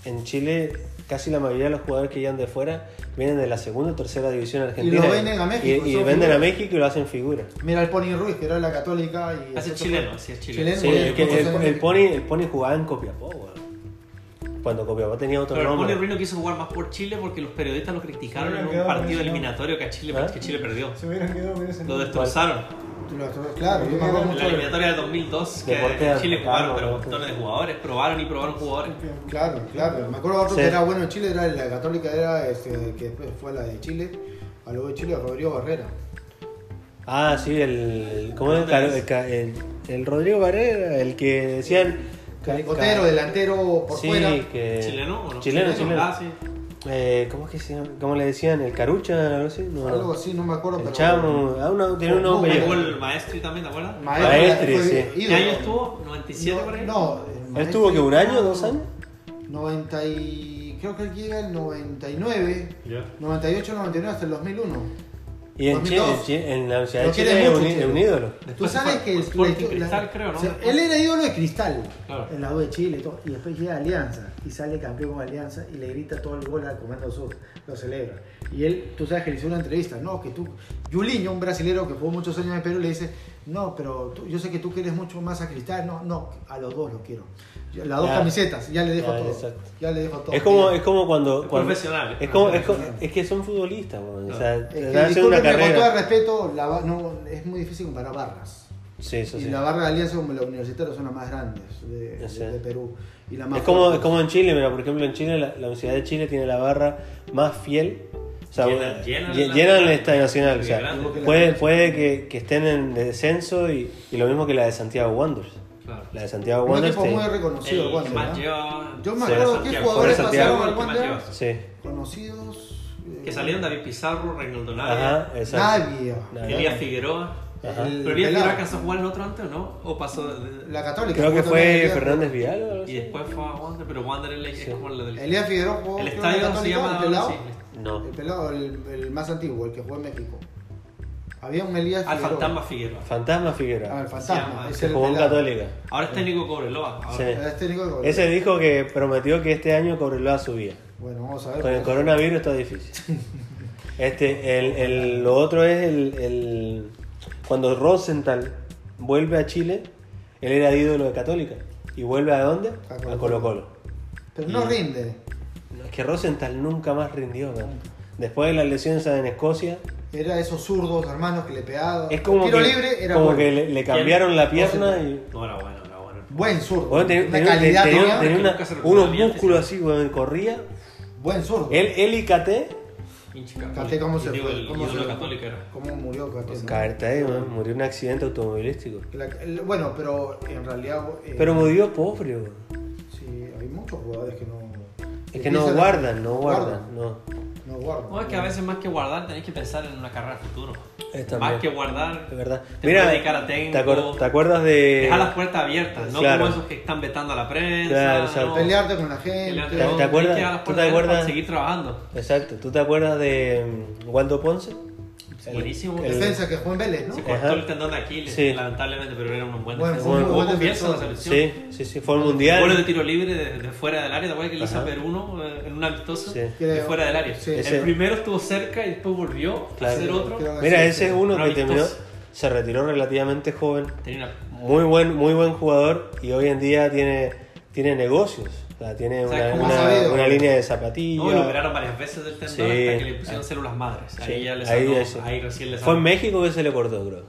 C: en Chile casi la mayoría de los jugadores que llegan de fuera vienen de la segunda o tercera división argentina.
A: Y los venden a México,
C: Y, y
A: son
C: venden a
A: figuras.
C: México y lo hacen figura.
A: Mira el Pony Ruiz, que era de la Católica. Y
D: Ese es chileno, Ah, sí, es chileno.
A: Chileno,
C: Sí,
A: y
C: es que
A: jugó
C: el,
A: en
C: el Pony, el Pony jugaba en Copiapó, weón. Cuando Copiapó tenía otro
D: Pero el
C: nombre.
D: Pony Ruiz no quiso jugar más por Chile porque los periodistas lo criticaron
B: Se
D: en
B: hubieran
D: un
B: quedado
D: partido
B: con ese
D: eliminatorio que, a Chile,
C: ¿Ah?
D: que Chile perdió.
B: Se hubieran quedado con ese
D: Lo
B: nombre.
D: destrozaron.
A: Claro, yo me acuerdo
D: En
A: mucho
D: la
A: de-
D: eliminatoria del 2002, que
C: Deporte
D: en Chile
C: de
D: jugaron,
C: Atacama,
D: pero
C: ¿no?
D: montones de jugadores, probaron y probaron jugadores.
A: Claro, claro. Me acuerdo otro
C: Sí.
A: que era bueno en Chile, era la Católica, era este, que después fue la de Chile. A lo de Chile, Rodrigo Barrera.
C: Ah, sí, el. el- ¿Cómo es? Car- El, ca- el- el Rodrigo Barrera, el que decían
A: Picotero, delantero por
C: sí,
A: fuera.
C: que...
D: ¿Chileno o no?
C: Eh, Chileno, chileno.
D: Ah, sí.
C: Eh, ¿cómo, es que se llama? ¿Cómo le decían? ¿El Carucha? Algo así. No,
A: Algo así, no me acuerdo.
C: El
A: pero-
C: Chamo. Ah, uno, tiene un
A: No,
D: Ahí
C: nombre.
A: no,
D: jugó el maestro también, ¿te acuerdas?
C: Maestri,
A: fue
C: sí.
A: ídolo.
D: ¿Qué año estuvo? ¿97 por ahí?
A: No, el
C: ¿Él
A: Maestri-
C: tuvo que un año, dos años?
A: 90 y... Creo que él llega el 99, 98, 99 hasta el 2001.
C: Y en, Chile,
A: 2002.
C: en Chile- en la Universidad
A: Lo
C: de Chile
A: quiere
C: es
A: mucho,
C: un,
A: Chile.
C: es un ídolo.
A: Tú
D: Después
A: sabes
D: fue-
A: que...
D: fue
A: el-
D: Sporting
A: la-
D: Cristal, creo, ¿no?
A: o sea, él era ídolo de Cristal.
D: Claro.
F: en la U de Chile y todo, y después llega a Alianza y sale campeón con Alianza y le grita todo el gol al Comando Sur, lo celebra.
A: Y él, tú sabes que le hizo una entrevista, no, que tú, Juliño, un brasilero que jugó muchos años en Perú, le dice, no, pero tú- yo sé que tú quieres mucho más a Cristal, no, no, a los dos los quiero. Yo- Las dos
C: Ya.
A: camisetas, ya le dejo
C: Ya,
A: todo.
C: exacto.
A: Ya le dejo todo. Eh,
C: Es como, es como cuando.
D: Es
C: cuando-
D: profesional.
C: Es, como, es,
D: Profesional.
C: como- es que son futbolistas, weón. O sea,
A: Es que,
C: hacen
A: discúlpeme,
C: una
A: eh, Con todo el
C: carrera.
A: respeto, la ba- no, es muy difícil comparar barras.
C: Sí, eso
A: y
C: sí.
A: la barra de Alianza como la universitaria son las más grandes de,
C: Ya sé.
A: de- de Perú. Y la más
C: Es como,
A: fuerte.
C: es como en Chile, mira, por ejemplo, en Chile, la, la Universidad de Chile tiene la barra más fiel. O sea,
D: Llenan-
C: una-
D: llenan
C: lle-
D: la-
C: llenan el Estadio Nacional. O
D: Qué
C: sea,
D: grande.
C: puede, puede que, que estén en descenso y, y lo mismo que la de Santiago Wanderers.
D: Claro.
C: La de Santiago
A: un
C: Wanderers.
A: equipo muy
C: te-
A: reconocido.
D: el
A: Wander,
D: que más
A: ¿no?
D: lleva-
A: Yo me
C: Sí,
A: acuerdo
D: Santiago.
A: qué
C: Por
A: jugadores
C: eso, Santiago,
A: pasaron al
D: el que más
A: Wander.
D: lleva.
C: Sí.
A: Conocidos. eh,
D: Que salieron David Pizarro, Reinaldo Navia,
C: Ajá, exacto.
A: Nadie.
C: Nadie.
D: Elías Figueroa.
C: Ajá.
A: El pelado.
D: ¿Pero Elías Figueroa alcanzó a jugar en otro antes o no? ¿O pasó de- de-
A: La Católica.
C: Creo que
A: jugó también
C: fue
A: Elías-
C: Fernández Vidal o algo
D: y
C: así.
D: después fue a Wander? Pero Wander es la- es como la del...
A: Elías Figueroa jugó creo, en
D: el
A: la
D: estadio se
A: Católica,
D: llama...
A: el pelado.
D: sí,
C: No.
A: El pelado, el, el más antiguo, el que jugó en México. Había un Elías
D: al
A: Figueroa.
D: Fantasma Figueroa.
C: Fantasma
A: Ah, el
C: Figueroa.
D: Se
A: fantasma. Ah,
D: llama-
A: es
C: Se
A: el
C: jugó en
A: pelado. este
C: Católica.
D: Ahora es técnico Cobreloa. Ah, ahora.
C: Sí.
A: Es técnico de Colombia.
C: Ese dijo que prometió que este año Cobreloa subía.
A: Bueno, vamos a ver.
C: Con el
A: porque-
C: coronavirus está difícil. Este, el, el- lo otro es el, el- cuando Rosenthal vuelve a Chile, él era ídolo de Católica. ¿Y vuelve a dónde?
A: A
C: A
A: Colo-Colo.
C: Colo Colo.
A: Pero no rinde.
C: No, es que Rosenthal nunca más rindió. man. Después de las lesiones en Escocia,
A: Era esos zurdos hermanos que le pegaban.
C: es como
A: Tiro
C: que,
A: libre era
C: como
A: bueno.
C: que le, le cambiaron la pierna y...
D: No, era bueno, era bueno.
A: Buen zurdo.
C: Bueno, tenía,
A: una
C: tenía-
A: calidad
C: tenía-
A: tenía,
C: tenía
D: que
C: una-
D: nunca se recuperó
C: unos
D: bien,
C: músculos así, weón, corría.
A: Buen zurdo.
C: Él, él y Caté,
D: Pinche Católica.
A: Cate, ¿cómo
D: Y
A: se
D: digo,
A: fue?
D: el
A: ¿Cómo se
D: ídolo
A: fue?
D: católico era.
A: ¿Cómo murió Cate? no?
C: Caté, weón, murió en un accidente automovilístico.
A: La- el- bueno, pero en realidad. eh,
C: Pero murió pobre, weón.
A: Sí, hay muchos jugadores que no.
C: Es que no
A: empiezan a-
C: guardan, no guardan, no.
A: No guardan.
D: No, es que a veces más que guardar tenés que pensar en una carrera futuro.
C: Es también.
D: Más que guardar,
C: Es verdad.
D: Te
C: Mira,
D: puede dedicar a técnico.
C: ¿te, acuer- te acuerdas de.
D: dejar las puertas abiertas, no
C: Eh, Claro.
D: como esos que están vetando a la prensa.
C: Claro, exacto.
D: no,
A: Pelearte con la
D: pelearte,
A: gente.
C: ¿Te-
D: no,
C: te acuerdas?
D: tenés que dar las
C: ¿Tú te
D: puertas abiertas para
C: acuerdas?
D: Seguir trabajando.
C: Exacto, ¿tú te acuerdas de mm, Waldo Ponce? El-
D: Buenísimo.
C: el-
A: Defensa que jugó en Vélez, ¿no?
D: Se
C: Ajá.
D: cortó el tendón de Aquiles,
C: Sí.
D: lamentablemente, pero era un buen
A: Bueno,
D: defensor.
C: fue un
D: Jugó
A: buen
D: con Bielsa en la
A: defensor.
D: selección.
C: Sí, sí, sí, fue el
D: Goles de
C: mundial.
D: tiro libre de, de fuera del área, ¿te acuerdas que le hizo a Peruno eh, en un amistoso?
C: Sí.
D: De fuera del área.
A: Sí.
C: Ese-
D: El primero estuvo cerca y después volvió
C: Claro.
D: a hacer otro.
A: Creo que
C: Mira,
A: sí,
C: ese
A: sí.
C: es uno
D: Una
C: que terminó.
D: amistosa.
C: Se retiró relativamente joven.
D: Tenía una
C: Muy buen, muy buen jugador y hoy en día tiene, tiene negocios. O sea, tiene
D: O sea,
C: una,
D: como
C: una-
A: ha sabido.
C: una línea de
D: No,
C: zapatillas.
D: lo operaron varias veces del tendón
C: Sí. Ah.
D: hasta que le pusieron células madres. Ahí
C: Sí,
D: ya le
C: ahí
D: salió, ahí,
C: ese.
D: recién le salió.
C: Fue en México que se le cortó, creo.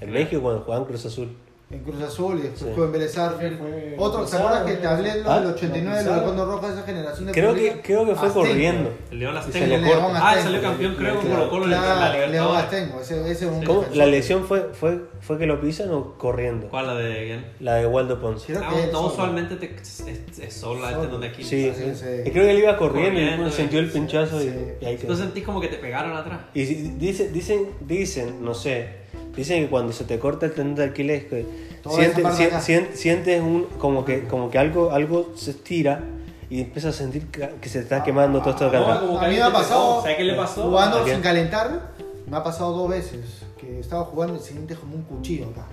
C: En México cuando jugaban Cruz Azul.
A: En Cruz Azul y después
C: Sí.
A: jugó en Vélez Arfield. Otro, ¿te acuerdas que te hablé de los
C: Ah,
A: del 89,
F: no,
A: los Condos Rojas, esa generación de
C: Creo que,
A: futbolistas?
C: creo que fue
A: Azteca.
C: corriendo.
D: El León Azteca.
C: se le
A: León
C: corta.
D: Ah,
A: Azteca.
D: salió campeón, creo, con
A: Claro,
D: Colo Colo en la
A: Claro, León
D: Libertadores.
A: Azteco, ese, ese es un
C: ¿Cómo?
A: defensor.
C: ¿La lesión fue, fue, fue que lo pisan o corriendo?
D: ¿Cuál la de quién?
C: La de Waldo Ponce.
A: Creo
D: Ah,
A: que él
D: no,
A: solo.
D: usualmente te, es, es- es solo la del
A: Solo.
D: tendón de Aquiles.
C: Sí,
A: Sí,
C: sí.
A: sí.
C: Y creo que él iba corriendo,
D: Corriendo,
C: y sintió el pinchazo
A: sí.
C: y, y ahí quedó.
D: Tú sentís como que te pegaron atrás.
C: Y si- dice, dicen, dicen, no sé, dicen que cuando se te corta el tendón de Aquiles, que
A: Toda esa
C: sientes,
A: parte de
C: sien-
A: acá.
C: sien- sientes un, como que, como que algo, algo se estira y empiezas a sentir que que se está quemando todo esto de acá.
D: No,
C: atrás.
D: como
A: A
D: que
A: mí me
D: alguien
A: ha
D: te pegó.
A: pasado
D: ¿Sabes qué le pasó?
A: jugando
C: ¿A quién?
A: sin calentar, me ha pasado dos veces que estaba jugando y sientes como un cuchillo acá.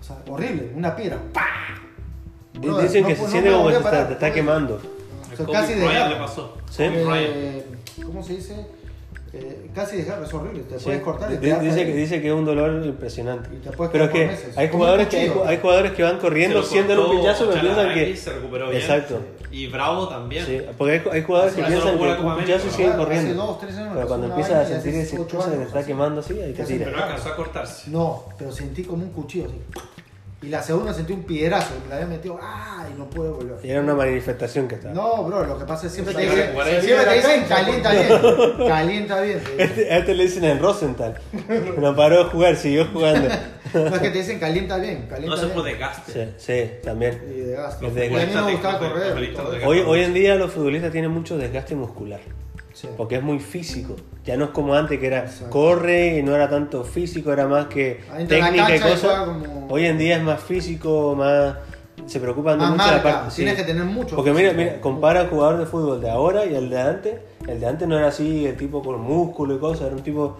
A: O sea, horrible, una piedra. ¡Pah!
C: Di-
A: Brother,
C: Dicen
A: no
C: que
A: pu-
C: se
A: no
C: siente
A: me
C: como
A: voy
C: que
A: a
C: te está,
A: parar.
C: te está quemando.
A: O
D: A
A: sea,
D: Kobe
A: casi
D: Bryant
A: desgarra.
D: le pasó.
C: Sí.
D: Kobe Bryant.
A: Eh, ¿Cómo se dice? Eh, casi desgarra, es horrible. Te
C: Sí.
A: puedes cortar y
C: Di-
A: te das
C: dice,
A: ahí.
C: que, dice que es un dolor impresionante.
A: Y te puedes
C: Pero es
A: quedar
C: que
A: por meses.
C: hay
A: Como un
C: jugadores que, hay,
A: cuchillo.
C: hay jugadores que van corriendo,
D: Se lo
C: sienten un
D: cortó
C: pichazo, pero piensan
D: Chalaraki,
C: que.
D: se recuperó bien.
C: Exacto.
D: Y Bravo también.
C: Sí, porque hay, hay jugadores que
D: Hace- hace
C: piensan
D: una
C: que
D: buena
C: con
D: Copa
C: un
D: América,
C: pichazo
D: ¿no?
C: siguen
A: Hace
C: corriendo.
A: dos, tres años me
C: pero
A: pasó
C: cuando
A: una
C: empiezas a
A: vaina y
C: sentir
A: hace
C: ese
A: ocho
C: cosa que te
A: años,
C: está
A: así.
C: quemando así, ahí te
A: Casi
C: tiras.
D: Pero no alcanzó a cortarse.
A: No, pero sentí como un cuchillo así. Y la segunda sentí un piedrazo, que me la había metido, ¡ah! Y no pude volver.
C: Y era una manifestación que estaba.
A: No, bro, lo que pasa es siempre te
D: Saca
A: dicen,
D: la cuarenta.
A: siempre te dicen, calienta bien, calienta bien. te dicen.
C: Este- a este le dicen en Rosenthal. No paró de jugar, siguió jugando.
A: No es que te dicen, calienta bien,
D: No
A: calienta
D: eso es por
A: bien.
D: desgaste.
C: Sí, sí, también.
A: Y de gasto.
C: Es de
A: Y a mí
D: gasto.
A: me gustaba correr.
D: Los futbolistas de
A: todo.
D: gasto.
C: Hoy, hoy en día los futbolistas tienen mucho desgaste muscular.
A: Sí.
C: Porque es muy físico. Ya no es como antes que era corre y no era tanto físico, era más que
A: Adentro de la
C: técnica y
A: cancha y
C: cosas.
A: juega como-
C: Hoy en día es más físico, más. Se preocupan
A: Más
C: mucho de la
A: marca,
C: parte. sí.
A: tienes que tener mucho.
C: Porque mira,
A: físico.
C: mira, compara al jugador de fútbol de ahora y el de antes. El de antes no era así, el tipo con músculo y cosas, era un tipo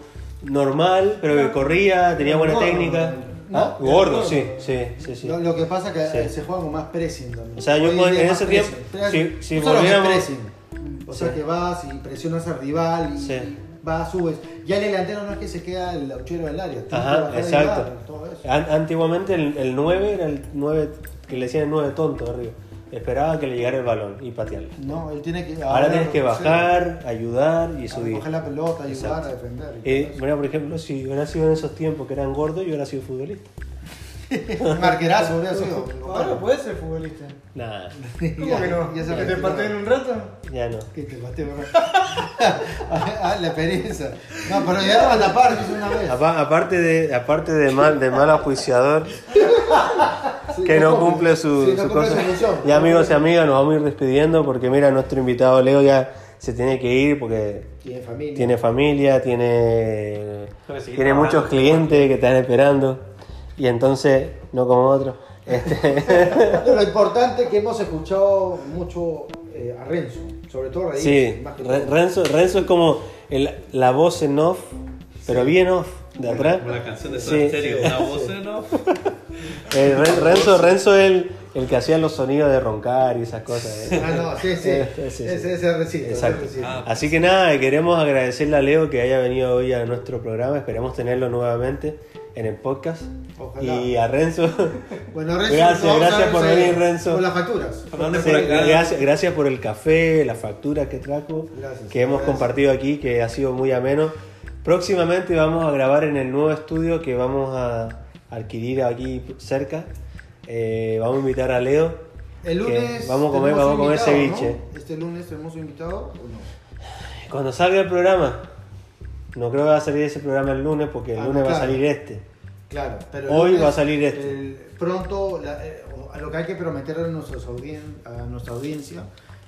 C: normal, pero que corría, tenía buena
A: Gordo.
C: técnica.
A: No,
C: Ah,
A: era
C: gordo,
A: gordo.
C: sí, sí, sí, sí.
A: Lo, lo que pasa es que eh,
C: Sí.
A: se juega con más pressing también.
C: O sea, yo
A: Hoy
C: pod-
A: día
C: en
A: más
C: ese tiempo,
A: pressing.
C: si- si
A: Tú sabes lo que es
C: volviéramos-
A: pressing. O sea,
C: Sí.
A: que vas y presionas al rival y
C: Sí.
A: vas, subes. Ya el delantero no es que se queda el auchero del área. tienes que bajar
C: Ajá,
A: el
C: exacto.
A: barrio, todo eso.
C: An- antiguamente el, el 9 era el 9 que le decían el 9 tonto arriba. Esperaba que le llegara el balón y patearlo.
A: No, él tiene que.
C: Ahora tienes que
A: retroceder,
C: bajar, ayudar y
A: a
C: subir.
A: Coger la pelota, ayudar
C: Exacto.
A: a defender. y
C: Eh, mira, por ejemplo, si hubiera sido en esos tiempos que eran gordos, yo hubiera sido futbolista.
A: todo eso. Marquerazo hubiera sido.
G: Ahora puedes ser futbolista.
C: Nada,
G: pues, ¿Cómo que no?
A: Ya se
G: ¿Que te
A: retiró.
G: parten un rato?
C: ya no.
A: Que te bate, bro. ah, la experiencia. No, pero ya a tapar, dice una vez.
C: Apa- Aparte de, aparte de mal, de mal ajuiciador que no cumple su,
A: Sí, no
C: su
A: cumple
C: cosa.
A: su función.
C: Ya amigos y amigas, nos vamos a ir despidiendo porque mira, nuestro invitado Leo ya se tiene que ir porque
A: Tiene familia.
C: tiene familia, tiene,
D: Pero sí,
C: tiene
D: trabajando.
C: muchos clientes que están esperando y entonces no como otros. Este,
A: Lo importante es que hemos escuchado mucho eh, a Renzo, sobre todo a Raíz.
C: sí,
A: más que
C: Re-
A: todo.
C: Renzo, Renzo es como el- la voz en off, pero bien off de atrás.
D: Como la canción de
C: Sí,
D: Soda Stereo,
C: sí.
D: una voz en off.
C: Eh, Ren- Renzo, Renzo es el, el que hacía los sonidos de roncar y esas cosas. eh.
A: Ah, no, sí, sí.
C: Eh, sí, sí, sí.
A: Ese, ese recito.
C: Exacto.
A: ese recito.
D: Ah.
C: Así que nada, y queremos agradecerle a Leo que haya venido hoy a nuestro programa. Esperamos tenerlo nuevamente en el podcast.
A: Ojalá.
C: Y a Renzo.
A: Bueno, Renzo,
C: Gracias,
A: nos vamos a ver,
C: gracias por
A: eh,
C: venir, Renzo.
A: Con las facturas.
D: Fernández
C: Sí,
D: por acá.
C: gracias, gracias por el café, la factura que trajo,
A: Gracias,
C: que hemos
A: gracias.
C: compartido aquí, que ha sido muy ameno. Próximamente vamos a grabar en el nuevo estudio que vamos a adquirir aquí cerca. Eh, vamos a invitar a Leo.
A: El
C: que
A: lunes.
C: Vamos a comer,
A: hermoso
C: vamos a comer
A: invitado,
C: ceviche.
A: ¿no? Este lunes, hermoso invitado. ¿o no?
C: Cuando salga el programa, no creo que va a salir ese programa el lunes porque el
A: Ah, no,
C: lunes va a
A: claro.
C: salir este.
A: Claro, pero el
C: Hoy va a salir este.
A: el- pronto, la- eh, o- a lo que hay que prometer a, nuestros audien- a nuestra audiencia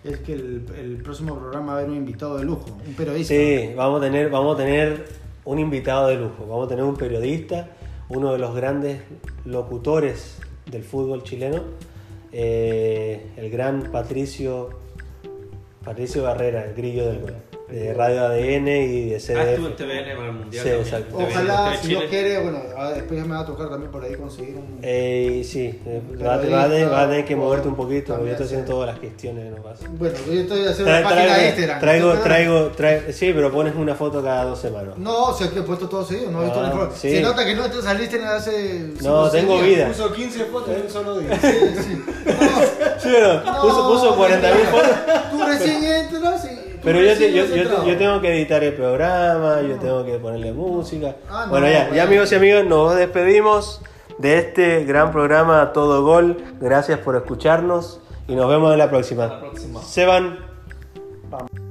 A: es que el, el próximo programa va a haber un invitado de lujo, un periodista.
C: Sí, vamos a tener, vamos a tener un invitado de lujo, vamos a tener un periodista, uno de los grandes locutores del fútbol chileno, eh, el gran Patricio Patricio Barrera, el grillo del gol, de Radio ADN y de
D: Ah, estuvo
C: CDF.
D: en TVN para el Mundial.
C: Sí,
D: también.
C: exacto.
D: TVN,
A: Ojalá,
D: TV
A: si
D: Chile.
A: Dios quiere, bueno, a- después me va a tocar también por ahí conseguir un...
C: Eh, y sí, eh,
A: Un
C: va, a te- va a te-
A: periodista,
C: va a tener que moverte un poquito,
A: también,
C: porque yo estoy haciendo
A: sí.
C: todas las gestiones, no pasa.
A: Bueno, yo estoy haciendo
C: Tra-
A: una página de
C: traigo,
A: Instagram.
C: traigo,
A: ¿Tú te-
C: traigo, traigo- sí, pero pones una foto cada dos semanas.
A: No, si es que he puesto todo seguido, no he visto
C: Ah,
A: la foto.
C: sí.
A: Se nota que no te saliste hace...
C: No,
A: cinco, seis
C: tengo
A: días.
C: vida.
G: Puso 15 fotos en un solo día.
A: Sí, sí. No,
C: Sí, pero puso, puso
A: no,
C: 40.000
A: mentira.
C: fotos.
A: Tú recién entras y... tú
C: Pero yo, te-
A: recién
C: yo,
A: has
C: yo-
A: entrado.
C: yo tengo que editar el programa, yo tengo que ponerle música.
A: Ah, no,
C: bueno, ya,
A: bueno.
C: ya amigos y amigas, nos despedimos de este gran programa Todo Gol. Gracias por escucharnos y nos vemos en la próxima.
D: la próxima.
C: Se van.